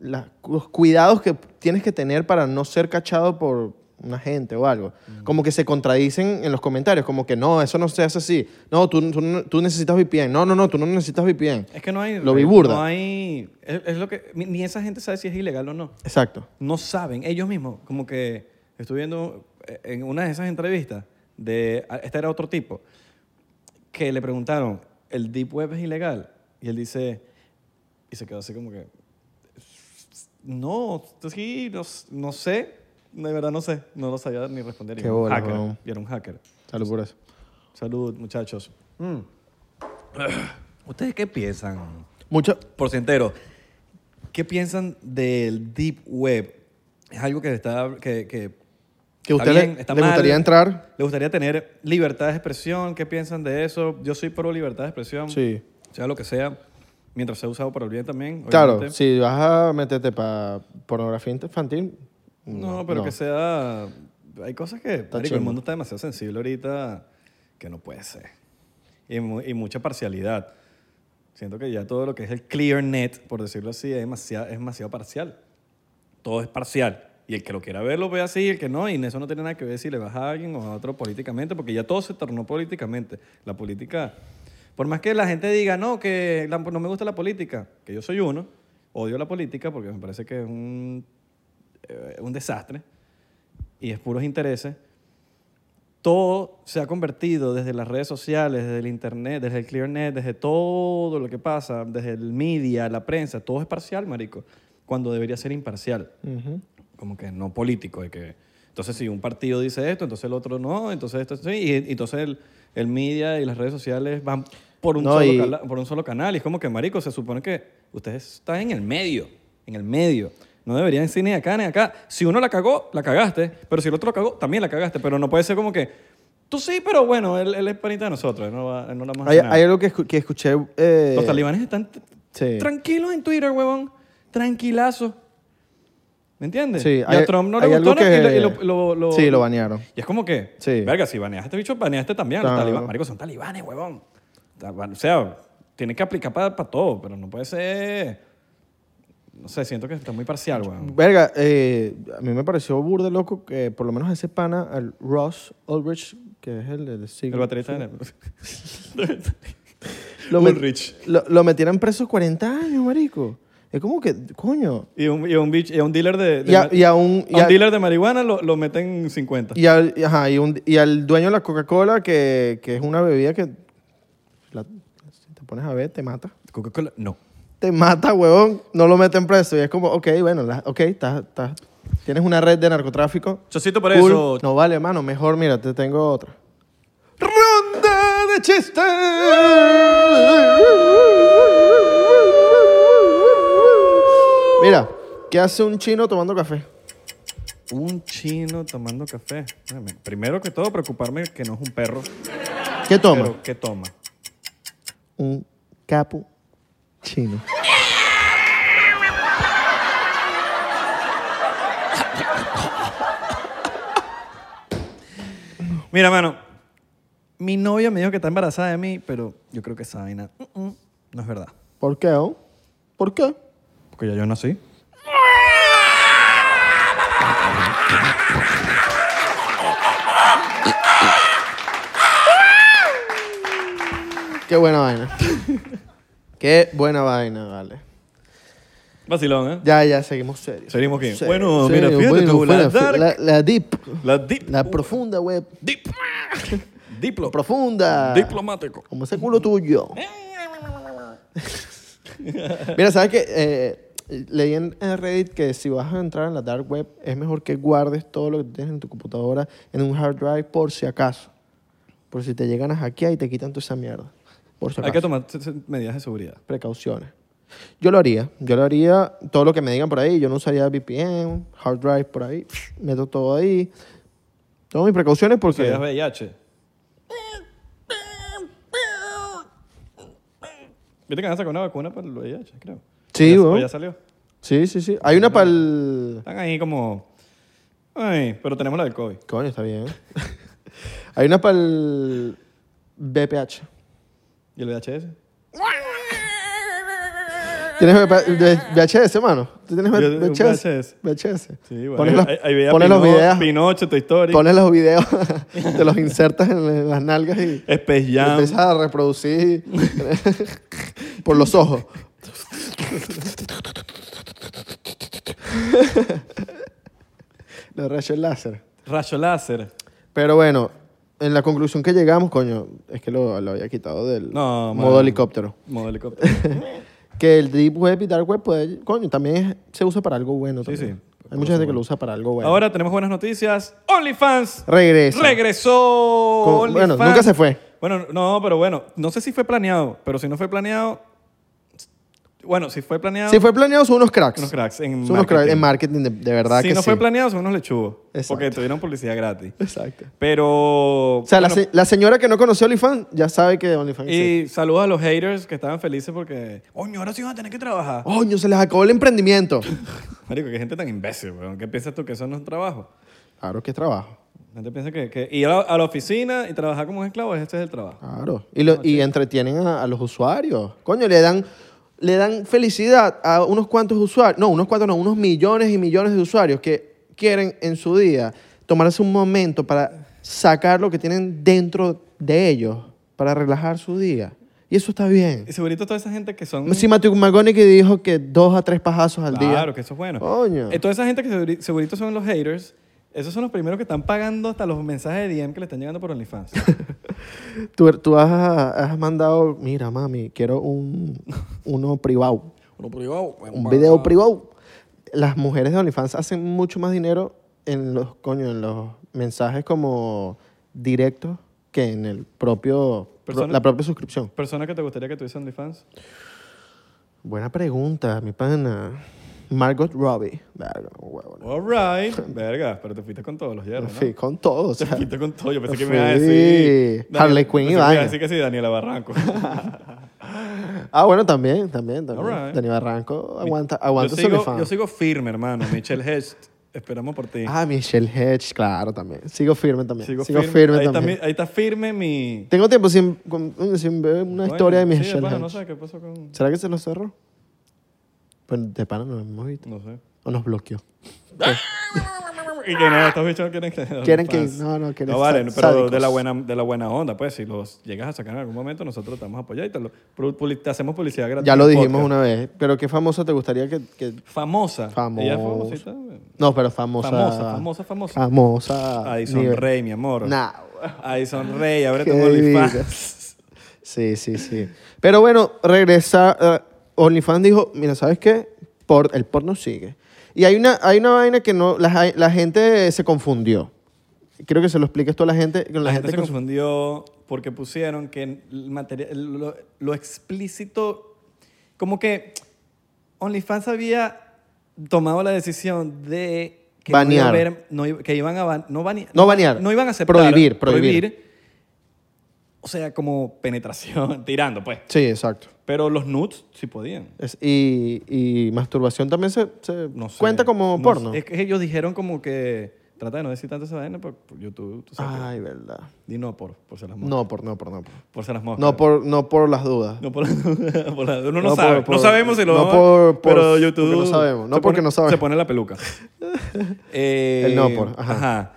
la- los cuidados que tienes que tener para no ser cachado por una gente o algo. Mm. Como que se contradicen en los comentarios. Como que no, eso no se hace así. No, tú, tú no- tú necesitas VPN. No, no, no, tú no necesitas VPN. Es que no hay... Lo vi burda. No hay... Es, es lo que... Ni ni esa gente sabe si es ilegal o no. Exacto. no saben, ellos mismos, como que estoy viendo eh, en una de esas entrevistas, de, a- este era otro tipo, que le preguntaron, ¿el Deep Web es ilegal? Y él dice, y se quedó así como que, no, sí, no, s- no sé, de verdad no sé, no lo sabía ni responder. Y Qué era un bola, hacker, weón. y era un hacker. Salud por eso. Salud, muchachos. Mm. ¿Ustedes qué piensan? Mucho, por si entero, ¿qué piensan del Deep Web? Es algo que está. que, que que a está usted le- bien, está le mal. gustaría entrar. ¿Le gustaría tener libertad de expresión? ¿Qué piensan de eso? Yo soy pro libertad de expresión. Sí. Sea lo que sea, mientras sea usado para el bien también. Claro, obviamente. si vas a meterte para pornografía infantil. No, pero que sea. Hay cosas que. marico, chimbo. el mundo está demasiado sensible ahorita que no puede ser. Y, mu- y mucha parcialidad. Siento que ya todo lo que es el clear net, por decirlo así, es demasiado, es demasiado parcial. Todo es parcial. Y el que lo quiera ver lo ve así, y el que no, y en eso no tiene nada que ver si le vas a alguien o a otro políticamente, porque ya todo se tornó políticamente. La política, por más que la gente diga, no, que la- no me gusta la política, que yo soy uno, odio la política porque me parece que es un eh, un desastre y es puros intereses. Todo se ha convertido desde las redes sociales, desde el internet, desde el clearnet, desde todo lo que pasa, desde el media, la prensa, todo es parcial, marico, cuando debería ser imparcial, Ujú. como que no político, de que entonces si un partido dice esto, entonces el otro no, entonces esto sí, y, y entonces el, el media y las redes sociales van por un, No, solo y- cala- por un solo canal, y es como que, marico, se supone que ustedes están en el medio, en el medio. No deberían decir ni acá ni acá. Si uno la cagó, la cagaste, pero si el otro la cagó, también la cagaste, pero no puede ser como que, tú sí, pero bueno, él, él es panita de nosotros, él no, va- él no la vamos a Hay, hacer nada". hay algo que, escu- que escuché. eh, Los talibanes están t- Sí. tranquilos en Twitter, huevón. Tranquilazo. ¿Me entiendes? Sí, y hay- a Trump no le hay gustó algo ¿no? que- y lo, y lo- lo- lo- Sí, lo banearon. Y es como que, Sí. verga, si baneas a este bicho, baneaste también a los Claro. talibanes. Marico, son talibanes, huevón. O sea, tienes que aplicar para todo, pero no puede ser... No sé, siento que está muy parcial, huevón. Verga, eh, a mí me pareció burde loco que por lo menos ese pana, el Ross Ulrich, que es el, el El siglo- baterista de... *laughs* lo, met- Ulrich. lo, lo metieron preso 40 años, marico. Es como que, coño. Y un, y un bicho- y un dealer de... de Y a, ma- y a un. y a un a- dealer de marihuana lo, lo meten 50. y al, y ajá, y un- y al dueño de la Coca-Cola, que, que es una bebida que. la- si te pones a ver, te mata. Coca-Cola, no. te mata, huevón, no lo meten preso. Y es como, ok, bueno, la- ok, estás- estás- tienes una red de narcotráfico. Chocito por Cool. eso. No vale, hermano, mejor, mira, te tengo otra. Ronda de chistes. Mira, ¿qué hace un chino tomando café? Un chino tomando café. Espérame. Primero que todo, preocuparme que no es un perro. ¿Qué toma? Pero ¿qué toma? Un capu chino. Mira, mano. Mi novia me dijo que está embarazada de mí, pero yo creo que esa vaina mm, mm, no es verdad. ¿Por qué? oh? ¿Por qué? Porque ya yo nací. Qué buena *laughs* vaina. Qué buena vaina, vale. Vacilón, ¿eh? Ya, ya, seguimos serios. Seguimos aquí. Serios, Bueno, serios, mira, fíjate tú, la fíjate, dark- la, la deep, La dip. la profunda web, Dip. *laughs* Diplo. profunda. Diplomático. Como ese culo tuyo. Mira, ¿sabes qué? Eh, leí en en Reddit que si vas a entrar en la dark web, es mejor que guardes todo lo que tienes en tu computadora en un hard drive por si acaso. Por si te llegan a hackear y te quitan toda esa mierda. Por si Hay que acaso. tomar se- se- medidas de seguridad. Precauciones. Yo lo haría. Yo lo haría todo lo que me digan por ahí. Yo no usaría VPN, hard drive por ahí. Meto todo ahí. Tomo mis precauciones porque... Seguridad VIH. Viste que van a sacar una vacuna para el VIH, creo. Sí, Ya- weón. o ya salió. Sí, sí, sí. Hay una para el... Están ahí como... Ay, pero tenemos la del COVID. Coño, está bien. *laughs* Hay una para el BPH. ¿Y el VHS? ¿Tienes VP- VHS, mano? ¿Tú tienes Yo- VHS? VHS. VHS. Sí, bueno. Pones ahí- los, ahí- ahí veía pones los Pinocho, videos. Pinocho, Toy Story. Pones los videos, *laughs* te los insertas en las nalgas y Space y Jam. empiezas a reproducir *laughs* por los ojos. los rayos láser. Rayo láser. Pero bueno, en la conclusión que llegamos, coño, es que lo, lo había quitado del No, modo mano. helicóptero. Modo helicóptero. Que el Deep Web y Dark Web, puede, coño, también es- se usa para algo bueno. Sí, también. sí. Hay mucha gente que lo usa para algo *laughs* bueno. Ahora tenemos buenas noticias. OnlyFans regresa. regresó. Con- bueno, OnlyFans. nunca se fue. Bueno, no, pero bueno, no sé si fue planeado, pero si no fue planeado, bueno, si fue planeado, Si fue planeado, son unos cracks. unos cracks en Son unos cracks marketing. en marketing, de, de verdad si que no sí. fue planeado, son unos lechugos, porque Exacto. tuvieron publicidad gratis. Exacto. Pero O sea, la, bueno, se- la señora que no conoció OnlyFans ya sabe que OnlyFans existe. y saludos a los haters que estaban felices porque, coño, ahora sí van a tener que trabajar. ¡Coño, se les acabó el emprendimiento! *laughs* Marico, qué gente tan imbécil, weón. ¿Qué piensas tú que eso no es un trabajo? claro que es trabajo. La gente piensa que, que ir a, a la oficina y trabajar como un esclavo, este es el trabajo. Claro. Y, lo- y entretienen a, a los usuarios. Coño, le dan, le dan felicidad a unos cuantos usuarios. No, unos cuantos no, unos millones y millones de usuarios que quieren en su día tomarse un momento para sacar lo que tienen dentro de ellos, para relajar su día. Y eso está bien. Y segurito toda esa gente que son... Si Matthew McConaughey dijo que dos a tres pajazos al día. Claro, que eso es bueno. Coño. Eh, toda esa gente que seguri- segurito son los haters, esos son los primeros que están pagando hasta los mensajes de DM que le están llegando por *laughs* OnlyFans. Tú, tú has, has mandado, mira, mami, quiero un, uno privado, *laughs* Uno privado. un video privado. Las mujeres de OnlyFans hacen mucho más dinero en los, coño, en los mensajes como directos que en el propio, pro- Persona- la propia suscripción. ¿Persona que te gustaría que tuviese OnlyFans? Buena pregunta, mi pana. Margot Robbie. Verga, huevo, no. All right. Verga, pero te fuiste con todos los hierros, ¿no? Fui con todo, o Te sea, fuiste con todo. Yo pensé que Fui. me iba a decir... Harley Quinn y pensé que me iba vaina. a decir que sí, *laughs* Daniela Barranco. Ah, bueno, también, también, también. All right. Dani Barranco aguanta, yo, aguanta su sigo, OnlyFans. yo sigo firme, hermano. Michelle Hedge, esperamos por ti. Ah, Michelle Hedge, claro, también. Sigo firme también. Sigo, firme, ahí también. Está, mi- ahí está firme mi... Tengo tiempo sin, con- sin ver una Coño, historia de sí, Michelle pana, No Hedge. sé qué pasó con... ¿Será que se lo cerró? Pues de pana nos hemos visto. No sé. O nos bloqueó. Y que no, estos bichos quieren que... *laughs* Quieren que- fans. no, no, que No les- vale, sa- pero de sádicos. la, buena, de la buena onda, pues, si los llegas a sacar en algún momento, nosotros te vamos a apoyar y te, lo- pu- publi- te hacemos publicidad gratis. Ya en lo el dijimos podcast. una vez. Pero qué famosa te gustaría que. que- Famosa. Famosa. Ella es famosita. No, pero famosa. Famosa, famosa, famosa. Famosa. Addison Ah, nivel. Rey, mi amor. Nah. Addison Rey, ábrete Qué un OnlyFans. vida. Sí, sí, sí. Pero bueno, regresa. eh, OnlyFans dijo, mira, ¿sabes qué? Por, el porno sigue. Y hay una, hay una vaina que no, la, la gente se confundió. Quiero que se lo expliques tú a la gente. con La, La, gente, se con su- confundió porque pusieron que el material, el- lo, lo explícito, como que OnlyFans había tomado la decisión de que Banear. no, iba a haber- no iba- que iban a ban- no, banear- No banear. no iban a aceptar Prohibir, prohibir. o sea, como penetración *laughs* tirando, pues. Sí, exacto. Pero los nudes sí podían. Es- y, y masturbación también se, se No sé. cuenta como No porno. sé. Es que ellos dijeron como que trata de no decir tanto esa vaina por, por YouTube, tú sabes. Ay, verdad. Y no por por ser las moscas. Ah. No por, no por, no por. Por ser las moscas. No por, no por las dudas. No por, *laughs* por la- uno no, No sabe. por- por- no sabemos si lo no vamos a- por- por- pero porque YouTube no sabemos. No se porque pone- no sabemos. Se pone *laughs* la peluca. Eh, El no por, ajá.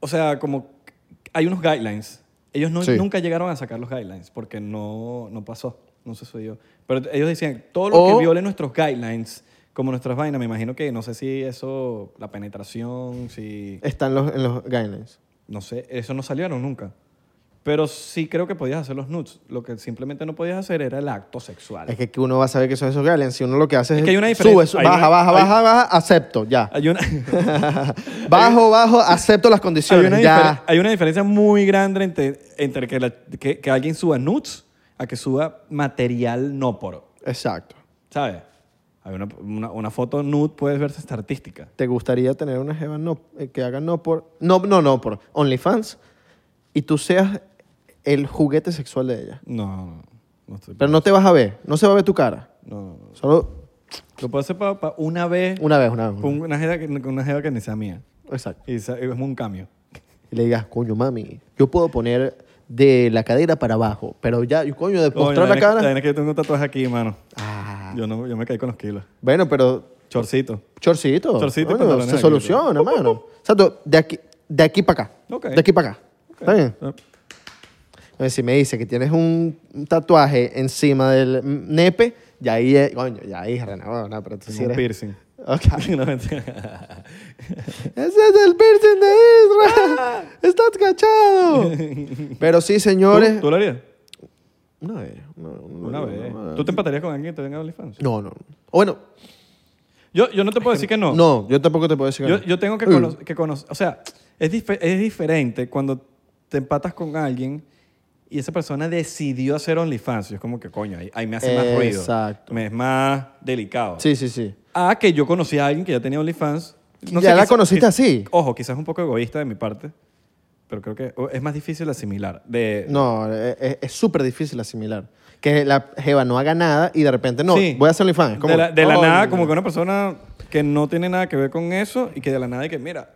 O sea, como hay unos guidelines. Ellos no- Sí. nunca llegaron a sacar los guidelines porque no, no pasó, no sucedió. Pero ellos decían, todo lo O- que viole nuestros guidelines, como nuestras vainas, me imagino que, no sé si eso, la penetración, si... Están los, en los guidelines. No sé, eso no salieron nunca. Pero sí creo que podías hacer los nudes. Lo que simplemente no podías hacer era el acto sexual. Es que, que uno va a saber que son esos guidelines. Si uno lo que hace es, que hay una sube, diferencia. sube, Hay baja, una- baja, hay- baja, baja, acepto, ya. *laughs* Hay una, Bajo, bajo, acepto las hay, condiciones, una difer- ya. hay una diferencia muy grande entre, entre que, la- que- que alguien suba nudes a que suba material no poro. Exacto. ¿Sabes? Hay una, una- una foto nude puede verse hasta artística. ¿Te gustaría tener una jeva no, eh, que haga no por... No, no, no por OnlyFans y tú seas el juguete sexual de ella? No, no, no estoy. Pero no te vas a ver, no se va a ver tu cara. no, no, no. Solo Lo puedo hacer para una vez una vez, una vez. con una jeva que, con una jeva que ni sea mía. Exacto. Y sa- es un cambio. Y le digas, coño, mami, yo puedo poner de la cadera para abajo, pero ya, y coño, de Coño, postrar la vaina- cara... vaina que yo tengo un tatuaje aquí, mano. Ah. Yo, no, yo me caí con los kilos. Bueno, pero Chorcito. Chorcito. Chorcito y Coño, pantalones se aquí, soluciona, mano. O sea, tú, de aquí, de aquí para acá. Ok. De aquí para acá. ¿Está bien? Entonces, si me dice que tienes un un tatuaje encima del mm, nepe, ya ahí, es- coño, ya ahí, René, bueno, no, pero tú sí un eres- piercing. Ok. *laughs* No, mentira. Ese es el piercing de Ah. Israel. Estás *laughs* cachado. Pero sí, señores. ¿Tú, tú lo harías? Una vez. Una, una- Una vez. una- ¿Tú te empatarías con alguien que te venga a OnlyFans? No, no. O bueno, Yo, yo no te puedo decir que no. no. yo tampoco te puedo decir que Yo, no. yo tengo que, Uy. cono- que conocer. O sea, es, dife- es diferente cuando te empatas con alguien y esa persona decidió hacer OnlyFans. Yo es como que, coño, ahí, ahí me hace más ruido. Exacto. Me es más delicado. Sí, sí, sí. Ah, que yo conocí a alguien que ya tenía OnlyFans. Ya la conociste así. Ojo, quizás un poco egoísta de mi parte, pero creo que o- es más difícil asimilar. De, No, eh, eh, es súper difícil asimilar. Que la Jeva no haga nada y de repente no, Sí. voy a hacer OnlyFans. Es como, de la, de la "Oh, nada, no". como que una persona que no tiene nada que ver con eso y que de la nada y que, mira,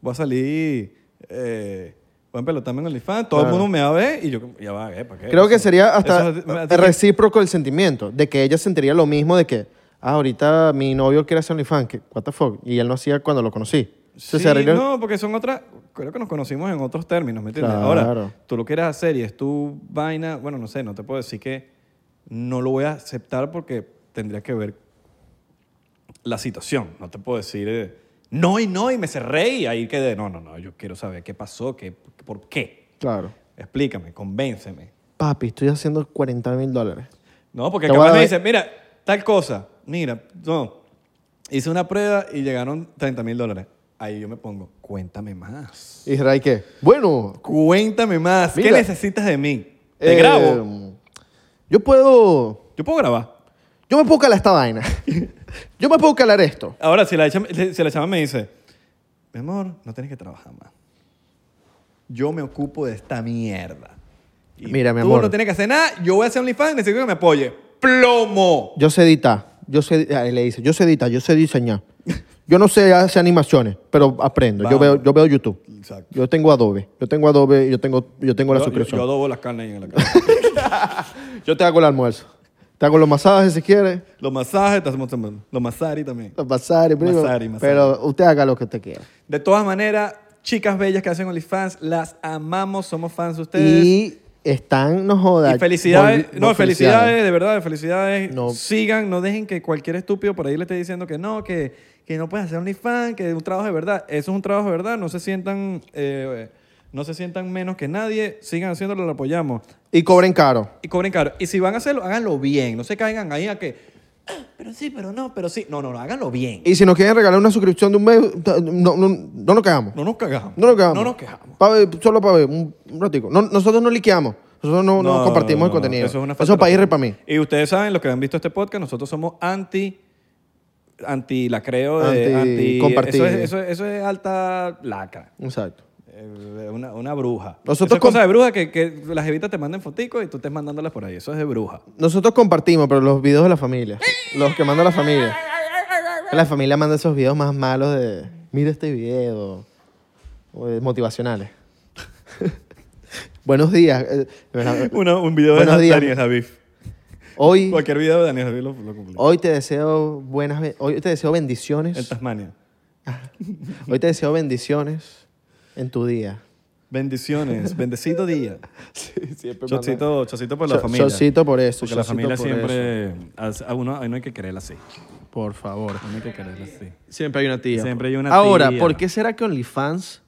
voy a salir, eh, voy a empelotarme en OnlyFans, todo Claro. el mundo me va a ver y yo, ya va, eh, ¿para qué? Creo que Eso- sería hasta eso- me- eh, recíproco el sentimiento, de que ella sentiría lo mismo de que, ah, ahorita mi novio quiere hacer OnlyFans, que, what the fuck, y él no hacía cuando lo conocí. Sí, Entonces, se arregla- no, porque son otras, creo que nos conocimos en otros términos, ¿me entiendes? Claro. Ahora, tú lo quieres hacer y es tu vaina, bueno, no sé, no te puedo decir que no lo voy a aceptar porque tendría que ver la situación, no te puedo decir, eh, no y no y me cerré y ahí quedé, no, no, no, yo quiero saber qué pasó, qué, por qué, Claro. explícame, convénceme. Papi, estoy haciendo 40 mil dólares. No, porque Te voy a capaz me dar- dicen, mira, tal cosa, mira, no, hice una prueba y llegaron 30 mil dólares. Ahí yo me pongo, cuéntame más. Israel, ¿qué? Bueno, Cuéntame más. ¿Qué Mira. necesitas de mí? Te eh, grabo. Yo puedo, Yo puedo grabar. yo me puedo calar esta vaina. *laughs* yo me puedo calar esto. Ahora, si la, chama, si la chama me dice, mi amor, no tienes que trabajar más. Yo me ocupo de esta mierda. Y Mira, mi tú amor. no tienes que hacer nada. Yo voy a hacer OnlyFans. Necesito que me apoye. ¡Plomo! Yo sé editar. Yo sé, ah, le dice, yo sé editar, yo sé diseñar. Yo no sé hacer animaciones, pero aprendo. Yo Vamos. veo, yo veo YouTube. Exacto. Yo tengo Adobe. Yo tengo Adobe, yo tengo, yo tengo la Yo- yo, suscripción. yo Yo, adobo las carnes ahí en *laughs* la casa. te hago el almuerzo. Te hago los masajes si quieres. los masajes, te hacemos también. los masari también. Los masajes, primo. Masajes, masajes. Pero usted haga lo que usted quiera. De todas maneras, chicas bellas que hacen OnlyFans, las amamos. Somos fans de ustedes. Y están, no jodas. Y felicidades, vol- no, felicidades, de verdad, felicidades. No. Sigan, no dejen que cualquier estúpido por ahí le esté diciendo que no, que, que no puedes hacer OnlyFans, que es un trabajo de verdad. Eso es un trabajo de verdad, no se sientan, eh, no se sientan menos que nadie, sigan haciéndolo, lo apoyamos. Y cobren caro. Y cobren caro. Y si van a hacerlo, háganlo bien, no se caigan ahí a que, "Ah, pero sí, pero no, pero sí. No, no, no, háganlo bien. Y si nos quieren regalar una suscripción de un mes, no, no, no nos quedamos. No nos cagamos. No nos quejamos. No nos quejamos. Pa' ver, solo para ver, un, un ratico. No- nosotros no liqueamos. Nosotros no, no compartimos no, el no, contenido. Eso es una Eso es falta para de ir respeto. para mí. Y ustedes saben, los que han visto este podcast, nosotros somos anti anti la creo de Anti- anti compartir. Eso es, eso, es- eso es alta lacra. Exacto. Eh, Una, una bruja. Nosotros Eso es com- cosa de bruja que, que las evitas te manden foticos y tú estés mandándolas por ahí. Eso es de bruja. Nosotros compartimos, pero los videos de la familia. Los que manda la familia. La familia manda esos videos más malos de. Mira este video. o de motivacionales. *laughs* Buenos días. eh, ¿verdad? *laughs* Una- un video Buenos de días. Daniel Javif. Hoy, Cualquier video de Daniel Javif lo, lo cumple. hoy te deseo buenas. be- Hoy te deseo bendiciones. En Tasmania. Hoy te deseo bendiciones en tu día. *laughs* Bendiciones. Bendecido día. Sí, siempre Pues manda- Chocito, chocito por la Cho- familia. chocito por eso, Porque la chocito familia por siempre... A a uno, a uno hay que quererla así. Por favor. Uno hay que quererla así. Siempre hay una tía. Siempre hay una Ahora, tía. ¿por qué será que OnlyFans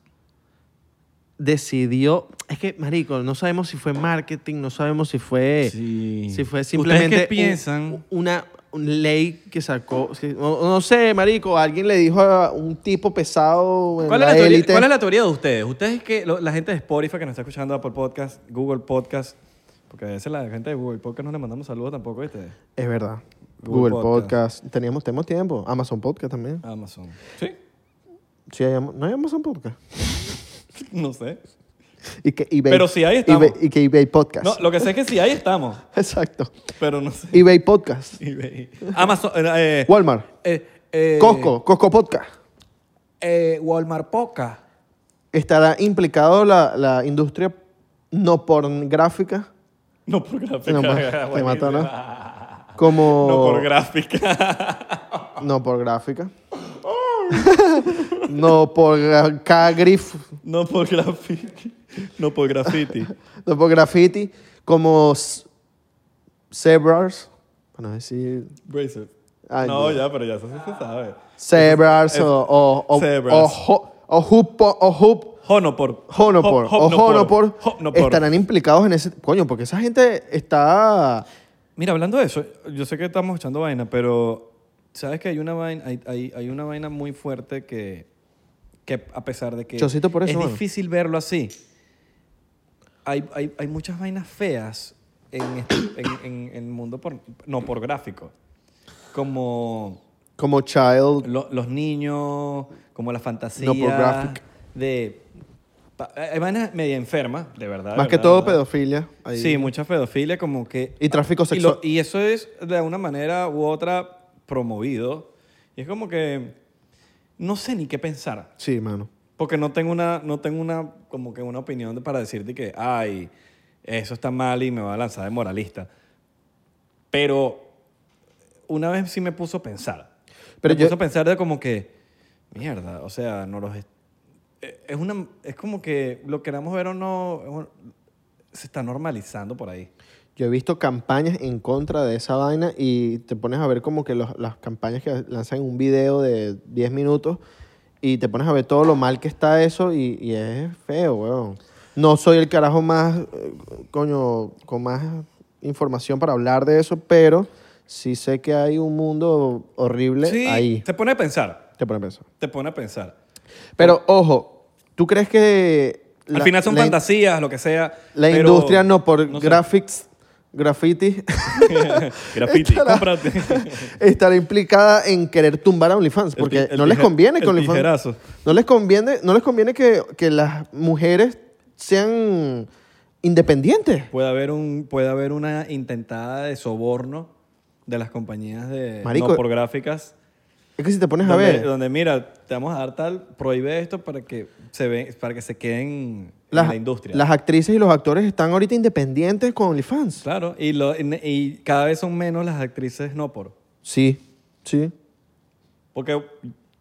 decidió? Es que, marico, no sabemos si fue marketing, no sabemos si fue, Sí. si fue ¿Ustedes simplemente qué un- piensan? una un ley que sacó. sí, No, no sé, marico, alguien le dijo a un tipo pesado en ¿Cuál, la es la teoría, élite. cuál es la teoría de ustedes? Ustedes que lo- la gente de Spotify que nos está escuchando, Apple Podcast, Google Podcast, porque a veces la gente de Google Podcast no le mandamos saludos tampoco, ¿viste? Es verdad. Google Google Podcast. Teníamos, tenemos tiempo. Amazon Podcast también. Amazon. Sí. Sí, hay Am- no hay Amazon Podcast. *laughs* No sé. Y que eBay- Pero sí, ahí eBay- estamos. Y que eBay Podcast. No, lo que sé es que sí, ahí estamos, *laughs* Exacto. pero no *laughs* sé. eBay Podcast. eBay. Amazon. eh, eh, Walmart. eh, eh, Costco. Costco Podcast. eh, Walmart Poca. ¿Estará implicado la, la industria no pornográfica? No pues, por gráfica. *laughs* No, ma- te mató, ¿no? Buenísimo. Como... *laughs* No por gráfica. No porgráfica. *laughs* no por gra- ca- grif, *laughs* No por graffiti. No por *laughs* graffiti. no por graffiti, como s- zebras, para no decir Bracer. Ay, no, Dios. ya, pero ya eso sí se sabe. zebras es- o o o zebras. o ho- o hupo- o hup- Honopor. Honopor, Ho- o Honopor, Hopnopor. estarán implicados en ese... Coño, porque esa gente está... Mira, hablando de eso, yo sé que estamos echando vaina, pero sabes que hay una vaina, hay, hay- hay una vaina muy fuerte que, que a pesar de que Chocito por eso, es mano. difícil verlo así, hay, hay- hay muchas vainas feas en, este- en- en el mundo por, no pornográfico. Como Como child... lo- los niños, como la fantasía No pornographic. de... pa- Hay vainas media enfermas, de verdad. Más de que verdad, todo de verdad. pedofilia. ahí. Sí, mucha pedofilia, como que... Y tráfico Y, lo- sexual. y eso es de una manera u otra promovido. Y es como que no sé ni qué pensar. Sí, mano. Porque no tengo una, no tengo una, como que una opinión de- para decirte que, ay, eso está mal y me va a lanzar de moralista. Pero una vez sí me puso a pensar. Pero me yo- puso a pensar de como que, mierda, o sea, no los... es- eh, Es, una, es como que lo queramos ver o no, es un- se está normalizando por ahí. Yo he visto campañas en contra de esa vaina y te pones a ver como que los- las campañas que lanzan un video de 10 minutos y te pones a ver todo lo mal que está eso y, y es feo, weón. No soy el carajo más, eh, coño, con más información para hablar de eso, pero sí sé que hay un mundo horrible Sí, ahí. te pone a pensar. Te pones a pensar. te pone a pensar. Pero ojo, ¿tú crees que... la- Al final son la- fantasías, lo que sea. La pero- industria no por sé. graphics, graffiti... *laughs* Graffiti, *laughs* Estará- cómprate. *laughs* estará implicada en querer tumbar a OnlyFans El porque ti- el no les tije- conviene que el OnlyFans tijerazo. no les conviene no les conviene que, que las mujeres sean independientes Puede haber, un, puede haber una intentada de soborno de las compañías de Marico, no por gráficas. es que si te pones a donde, ver donde, mira, te vamos a dar tal, prohíbe esto para que se ve, para que se queden las, en la industria. las actrices y los actores están ahorita independientes con OnlyFans Claro, y, lo, y- y cada vez son menos las actrices no por. sí sí Porque,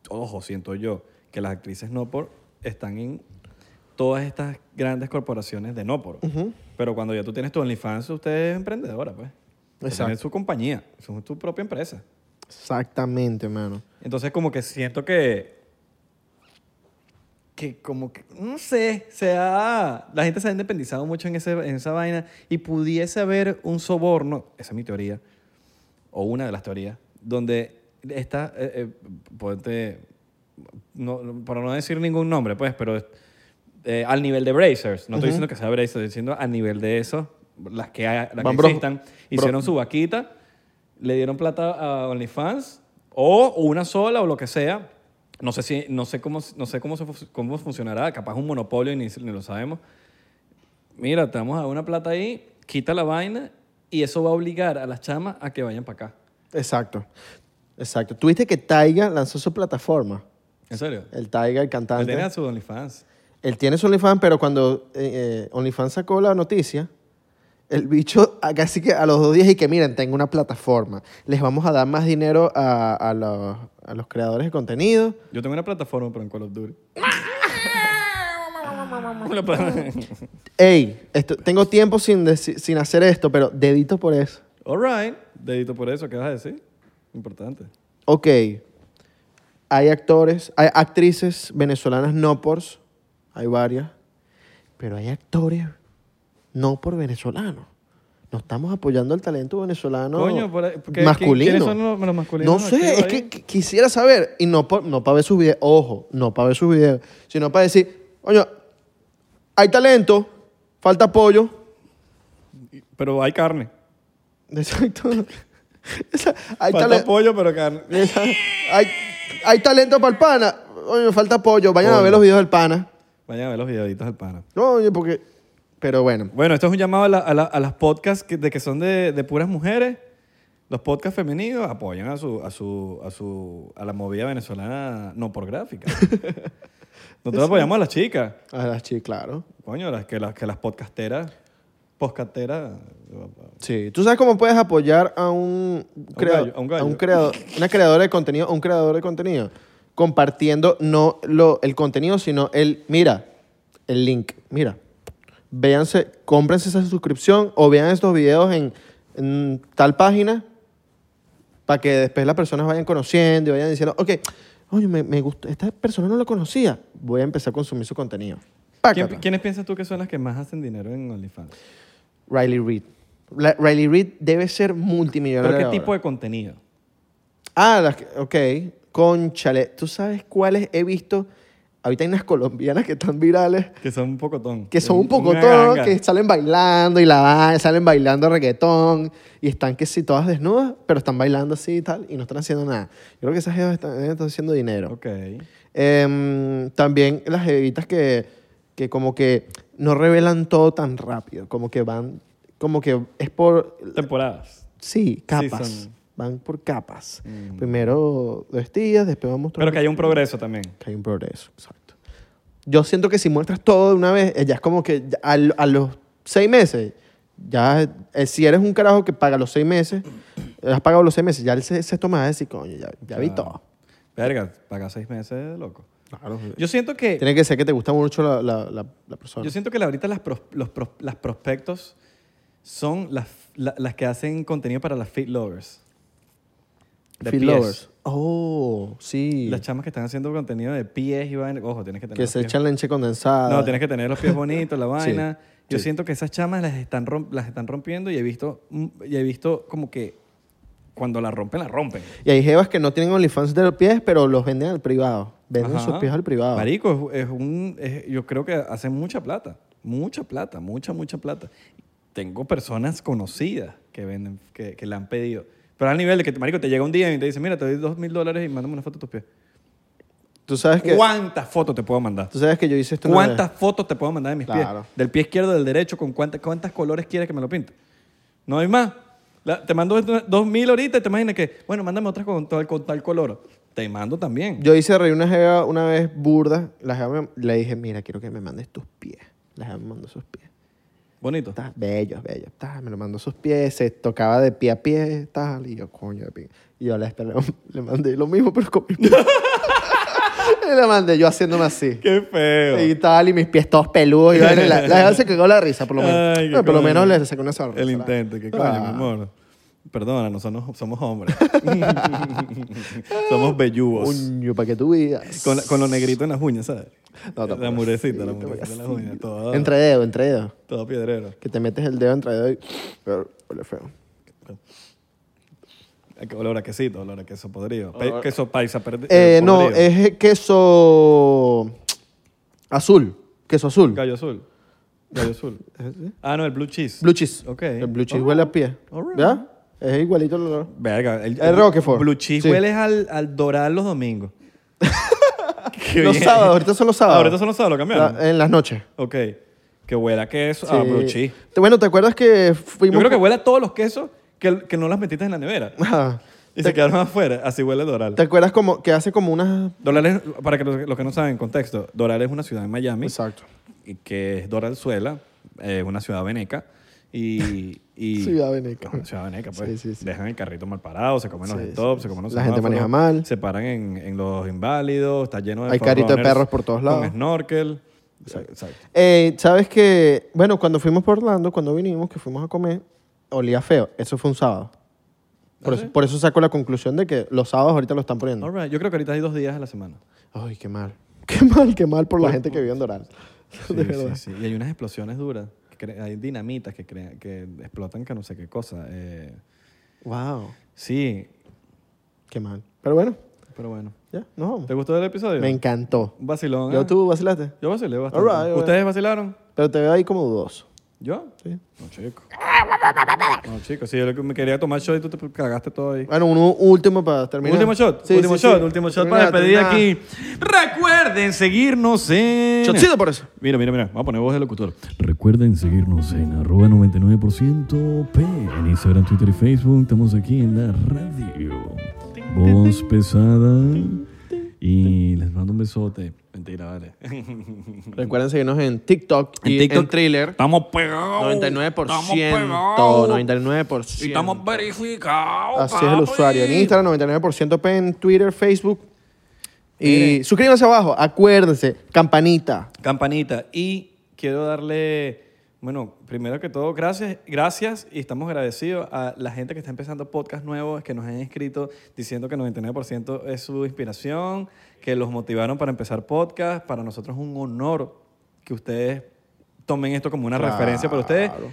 ojo, siento yo que las actrices no por están en todas estas grandes corporaciones de no por. Pero cuando ya tú tienes tu OnlyFans, usted es emprendedora, pues. Usted Exacto. tiene su compañía, es tu propia empresa. exactamente mano Entonces, como que siento que. Que como que, no sé, se ha- la gente se ha independizado mucho en, ese, en esa vaina y pudiese haber un soborno, esa es mi teoría, o una de las teorías, donde está, eh, eh, ponte, no, no, para no decir ningún nombre, pues, pero eh, al nivel de Brazers, no estoy diciendo que sea Brazers, estoy diciendo al nivel de eso, las que, hay- las que Van Bro- existan, hicieron su vaquita, le dieron plata a OnlyFans o una sola o lo que sea. No sé, si, no sé, cómo, no sé cómo, se fu- cómo funcionará, capaz un monopolio y ni, ni lo sabemos. Mira, te vamos a dar una plata ahí, quita la vaina y eso va a obligar a las chamas a que vayan para acá. exacto exacto tuviste que Taiga lanzó su plataforma ¿En serio? el Taiga el cantante Él tiene a su OnlyFans. Él tiene su OnlyFans, pero cuando eh, eh, OnlyFans sacó la noticia, el bicho a- casi que a los dos días y que miren, tengo una plataforma. Les vamos a dar más dinero a, a los, a los creadores de contenido. Yo tengo una plataforma, pero en Call of Duty. Lo pueden- Ey, esto- tengo tiempo sin, deci- sin hacer esto, pero dedito por eso. *laughs* All right. Dedito por eso, ¿qué vas a decir? Importante. Ok. Hay actores, hay actrices venezolanas no por, hay varias, pero hay actores no por venezolanos. No estamos apoyando al talento venezolano Coño, por ahí- ¿qué- quién- masculino. quiénes son los- los masculinos No sé, activos es ahí? que qu- quisiera saber, y no, por- no para ver sus videos, ojo, no para ver sus videos, sino para decir, coño, hay talento, falta apoyo. *laughs* Pero hay carne. Exacto. *laughs* Esa- hay Falta talen- pollo, pero carne. Esa- hay, hay talento para el pana. Oye, falta pollo. Vayan a Pollo. ver los videos del pana. Vayan a ver los videitos del pana. No, oye, porque. Pero bueno. Bueno, esto es un llamado a, la- a la- a las podcasts que, de que son de, de puras mujeres. Los podcasts femeninos apoyan a su, a su, a su, a la movida venezolana no *laughs* por gráfica. Nosotros apoyamos a las chicas. A las chicas, Ah, claro. Coño, las que las, que las podcasteras, podcasteras, eh, Sí. ¿Tú sabes cómo puedes apoyar a un, creador- gallo, a un gallo. creador, una creadora de contenido, a un creador de contenido? Compartiendo no lo, el contenido, sino el, mira, el link, mira. Véanse, cómprense esa suscripción o vean estos videos en, en tal página para que después las personas vayan conociendo y vayan diciendo, ok, oye, me, me gustó, esta persona no la conocía, voy a empezar a consumir su contenido. ¿quién- Pácata. ¿Quiénes piensas tú que son las que más hacen dinero en OnlyFans? Riley Reid. La- Riley Reid debe ser ¿Pero multimillonaria. qué ahora. tipo de contenido? Ah, las que- ok. Conchale, ¿tú sabes cuáles he visto? Ahorita hay unas colombianas que están virales, Que son un pocotón. que son un poco una todo, ganga. que salen bailando y la van- salen bailando reggaetón y están que si todas desnudas, pero están bailando así y tal y no están haciendo nada. Yo creo que esas jevas están, están haciendo dinero. Ok. Em, también las jevitas que, que como que no revelan todo tan rápido, como que van, como que es por Temporadas. Sí, capas. son- Van por capas. Mm. Primero vestías, después vamos... Pero que haya un progreso también. Que hay un progreso, exacto. Yo siento que si muestras todo de una vez, eh, ya es como que ya al- a, los seis meses, ya eh, si eres un carajo que paga los seis meses, eh, has pagado los seis meses, ya el se- sexto mes vas a decir, coño, ya, ya vi Claro. todo. Ah, Verga, paga seis meses, loco. Claro. Yo siento que... Tiene que ser que te gusta mucho la, la- la- la persona. Yo siento que la- ahorita las, pros- los pros- las prospectos son las, la- las que hacen contenido para las fit lovers. De Feel pies. lovers. Oh, sí. Las chamas que están haciendo contenido de pies y vaina. Ojo, tienes que tener Que los se pies. echan leche condensada. No, tienes que tener los pies bonitos, la vaina. Yo sí. siento que esas chamas las están, romp- las están rompiendo y he visto mm, y he visto como que cuando la rompen, la rompen. Y hay jevas que no tienen OnlyFans de los pies, pero los venden al privado. Venden Ajá. sus pies al privado. Marico, es, es un, es- yo creo que hacen mucha plata, mucha plata, mucha, mucha plata. Tengo personas conocidas que venden, que, que le han pedido. Pero al nivel de que, marico, te llega un día y te dice, mira, te doy dos mil dólares y mándame una foto de tus pies. Tú sabes que, ¿Cuántas fotos te puedo mandar? tú sabes que yo hice esto. una ¿Cuántas vez. fotos te puedo mandar de mis Claro. pies? Del pie izquierdo, del derecho, con cuántas, cuántas colores quieres que me lo pinte. No hay más. La- te mando esto- dos mil ahorita y te imaginas que, bueno, mándame otras con tal, con tal color. Te mando también. Yo hice reír una jeva una vez burda. La jeva me- le dije, mira, quiero que me mandes tus pies. La jeva me mandó sus pies. Bonito. Estás bellos, bellos. Ta, me lo mandó sus pies. Se tocaba de pie a pie. Tal. Y yo, coño, de pinga. Y yo le, le, *laughs* le mandé lo mismo, pero con mis pies. *laughs* y le mandé yo haciéndome así. Qué feo. Y tal, y mis pies todos peludos. Y vaina, y la, la jeva se cagó la risa, por lo menos. Ay, qué No, por lo coño. menos le sacó una sorpresa. El intento, que coño, Ah. mi amor. Perdónanos, somos, somos hombres. *laughs* somos velludos. Coño, para que tú veas. Con, la- con lo negrito en las uñas, ¿sabes? No, tampoco la así, murecita, la tampoco murecita en las así. uñas. Todo, Entre dedo, entre dedo. todo piedrero. Que te metes el dedo entre dedo y... Pero, huele feo. Olor a quesito, olor a queso podrido. Pe- queso paisa perdi- Eh, eh, no, podrido. es queso azul. Queso azul. Gallo azul. Gallo azul. Ah, no, el blue cheese. Blue cheese. Ok. Oh. El blue cheese Alright. huele a pie. Alright. ¿Ya? Es igualito el olor. Verga. El, El Roquefort. Blue cheese Sí. huele al, al dorar *laughs* los domingos. *laughs* Qué Los bien. sábados, ahorita son los Ah, sábados. ahorita son los sábados, lo cambiaron. La- en las noches. Ok. Que huela a queso. Ah, Sí. blue cheese. Te- Bueno, ¿te acuerdas que Yo fuimos... creo que huele a todos los quesos que, que no las metiste en la nevera. *laughs* Ajá. Y se quedaron afuera. Así huele Doral. ¿Te acuerdas como que hace como unas... Doral es, para que los, los que no saben, contexto, Doral es una ciudad en Miami, Exacto. y que es Doralzuela, es una ciudad veneca. Y, *laughs* y- Ciudad veneca. Es una ciudad veneca, pues. Sí, sí, sí. Dejan el carrito mal parado, se comen los Sí, stops, sí, se comen los la gente semáforos, maneja mal. Se paran en, en los inválidos, está lleno de Hay carrito de forerunners perros por todos lados. Con snorkel. Exacto. Exacto. Eh, Sabes que, bueno, cuando fuimos por Orlando, cuando vinimos, que fuimos a comer, olía feo. Eso fue un sábado. Por, ¿Ah, eso, sí? por eso saco la conclusión de que los sábados ahorita lo están poniendo. All right, Yo creo que ahorita hay dos días a la semana. Ay, qué mal. *laughs* Qué mal, qué mal por la gente que vive en Doral. Pues *laughs* Sí, de sí, verdad. sí. Y hay unas explosiones duras. que cre- Hay dinamitas que, crean, que explotan que no sé qué cosa. eh, Wow. sí, Qué mal. Pero bueno, pero bueno. ya, nos vamos. ¿Te gustó el episodio? Me encantó. Un Vacilón. ¿eh? Yo tú vacilaste, Yo vacilé bastante. All right, all right. ¿Ustedes vacilaron? pero te veo ahí como dudoso. ¿Yo? ¿sí? No, chico. No, chico. Si yo lo que me quería tomar shot y tú te cagaste todo ahí. Bueno, un último para terminar. Último shot, Sí, último sí, shot, sí. último shot Termina, para despedir termina. aquí. Recuerden seguirnos en... Shotcito por eso. Mira, mira, mira. Vamos a poner voz de locutor. Recuerden seguirnos en arroba 99% P en Instagram, Twitter y Facebook. Estamos aquí en la radio. Voz pesada. Y les mando un besote. Mentira, vale. Recuerden seguirnos en TikTok y en, TikTok. Thriller. Estamos pegados. 99%. Estamos pegados. 99%. Y estamos verificados. Así es el usuario. En papi. Instagram, 99% P, en Twitter, Facebook. Y Miren. suscríbanse abajo, acuérdense, campanita. Campanita. Y quiero darle, bueno, primero que todo, gracias, gracias y estamos agradecidos a la gente que está empezando podcast nuevos, que nos han escrito diciendo que 99% es su inspiración, que los motivaron para empezar podcast. Para nosotros es un honor que ustedes tomen esto como una referencia para ustedes. Claro.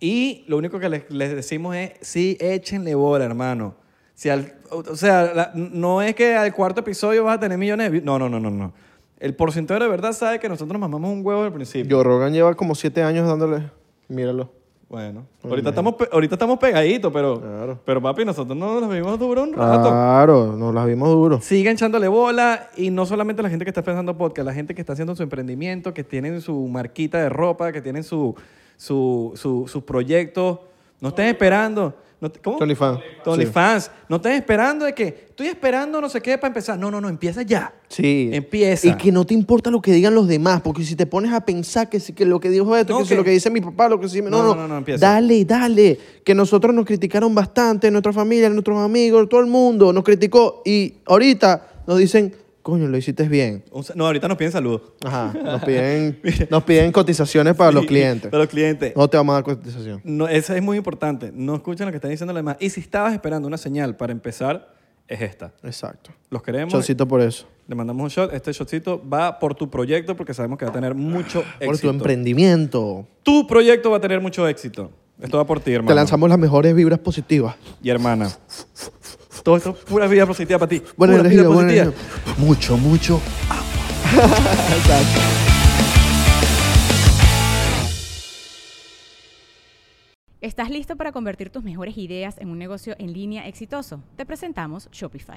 Y lo único que les, les decimos es, sí, échenle bola, hermano. Si al- o o sea, la- no es que al cuarto episodio vas a tener millones de views. No, no, no, no, no. El porcentaje de verdad sabe que nosotros nos mamamos un huevo al principio. Yo Rogan lleva como siete años dándole. Míralo. Bueno, ahorita estamos, pe- ahorita estamos pegaditos, pero, Pues Claro. Ah, pero papi, nosotros no nos vimos duro un rato. Claro, nos las vimos duro. Sigan echándole bola y no solamente la gente que está pensando podcast, la gente que está haciendo su emprendimiento, que tienen su marquita de ropa, que tienen su, su, su- sus proyectos. No estén esperando. No te- ¿Cómo? Tony Fan. Tony Sí. Fans. No estén esperando de que estoy esperando no sé qué para empezar. No, no, no, empieza ya. Sí. Empieza. Y que no te importa lo que digan los demás, porque si te pones a pensar que, si- que lo que dijo esto, No, que, si que- lo que dice mi papá, lo que dice mi... No, no, no, empieza. Dale, dale. Que nosotros nos criticaron bastante, nuestra familia, nuestros amigos, todo el mundo nos criticó. Y ahorita nos dicen, coño, lo hiciste bien. Un sa- No, ahorita nos piden saludos. Ajá, nos *laughs* piden, nos piden cotizaciones para los Y- y- clientes. Para los clientes. No te vamos a dar cotización. No, eso es muy importante. No escuchen lo que están diciendo los demás. Y si estabas esperando una señal para empezar, es esta. Exacto. Los queremos. Chocito por eso. Le mandamos un shot. Este shotcito va por tu proyecto porque sabemos que va a tener mucho éxito. Por tu emprendimiento. Tu proyecto va a tener mucho éxito. Esto va por ti, hermano. Te lanzamos las mejores vibras positivas. Y hermana. Todo esto es pura vida positiva para ti. Buena pura energía, vida buena positiva. energía. Mucho, mucho. ¿Estás listo para convertir tus mejores ideas en un negocio en línea exitoso? Te presentamos Shopify.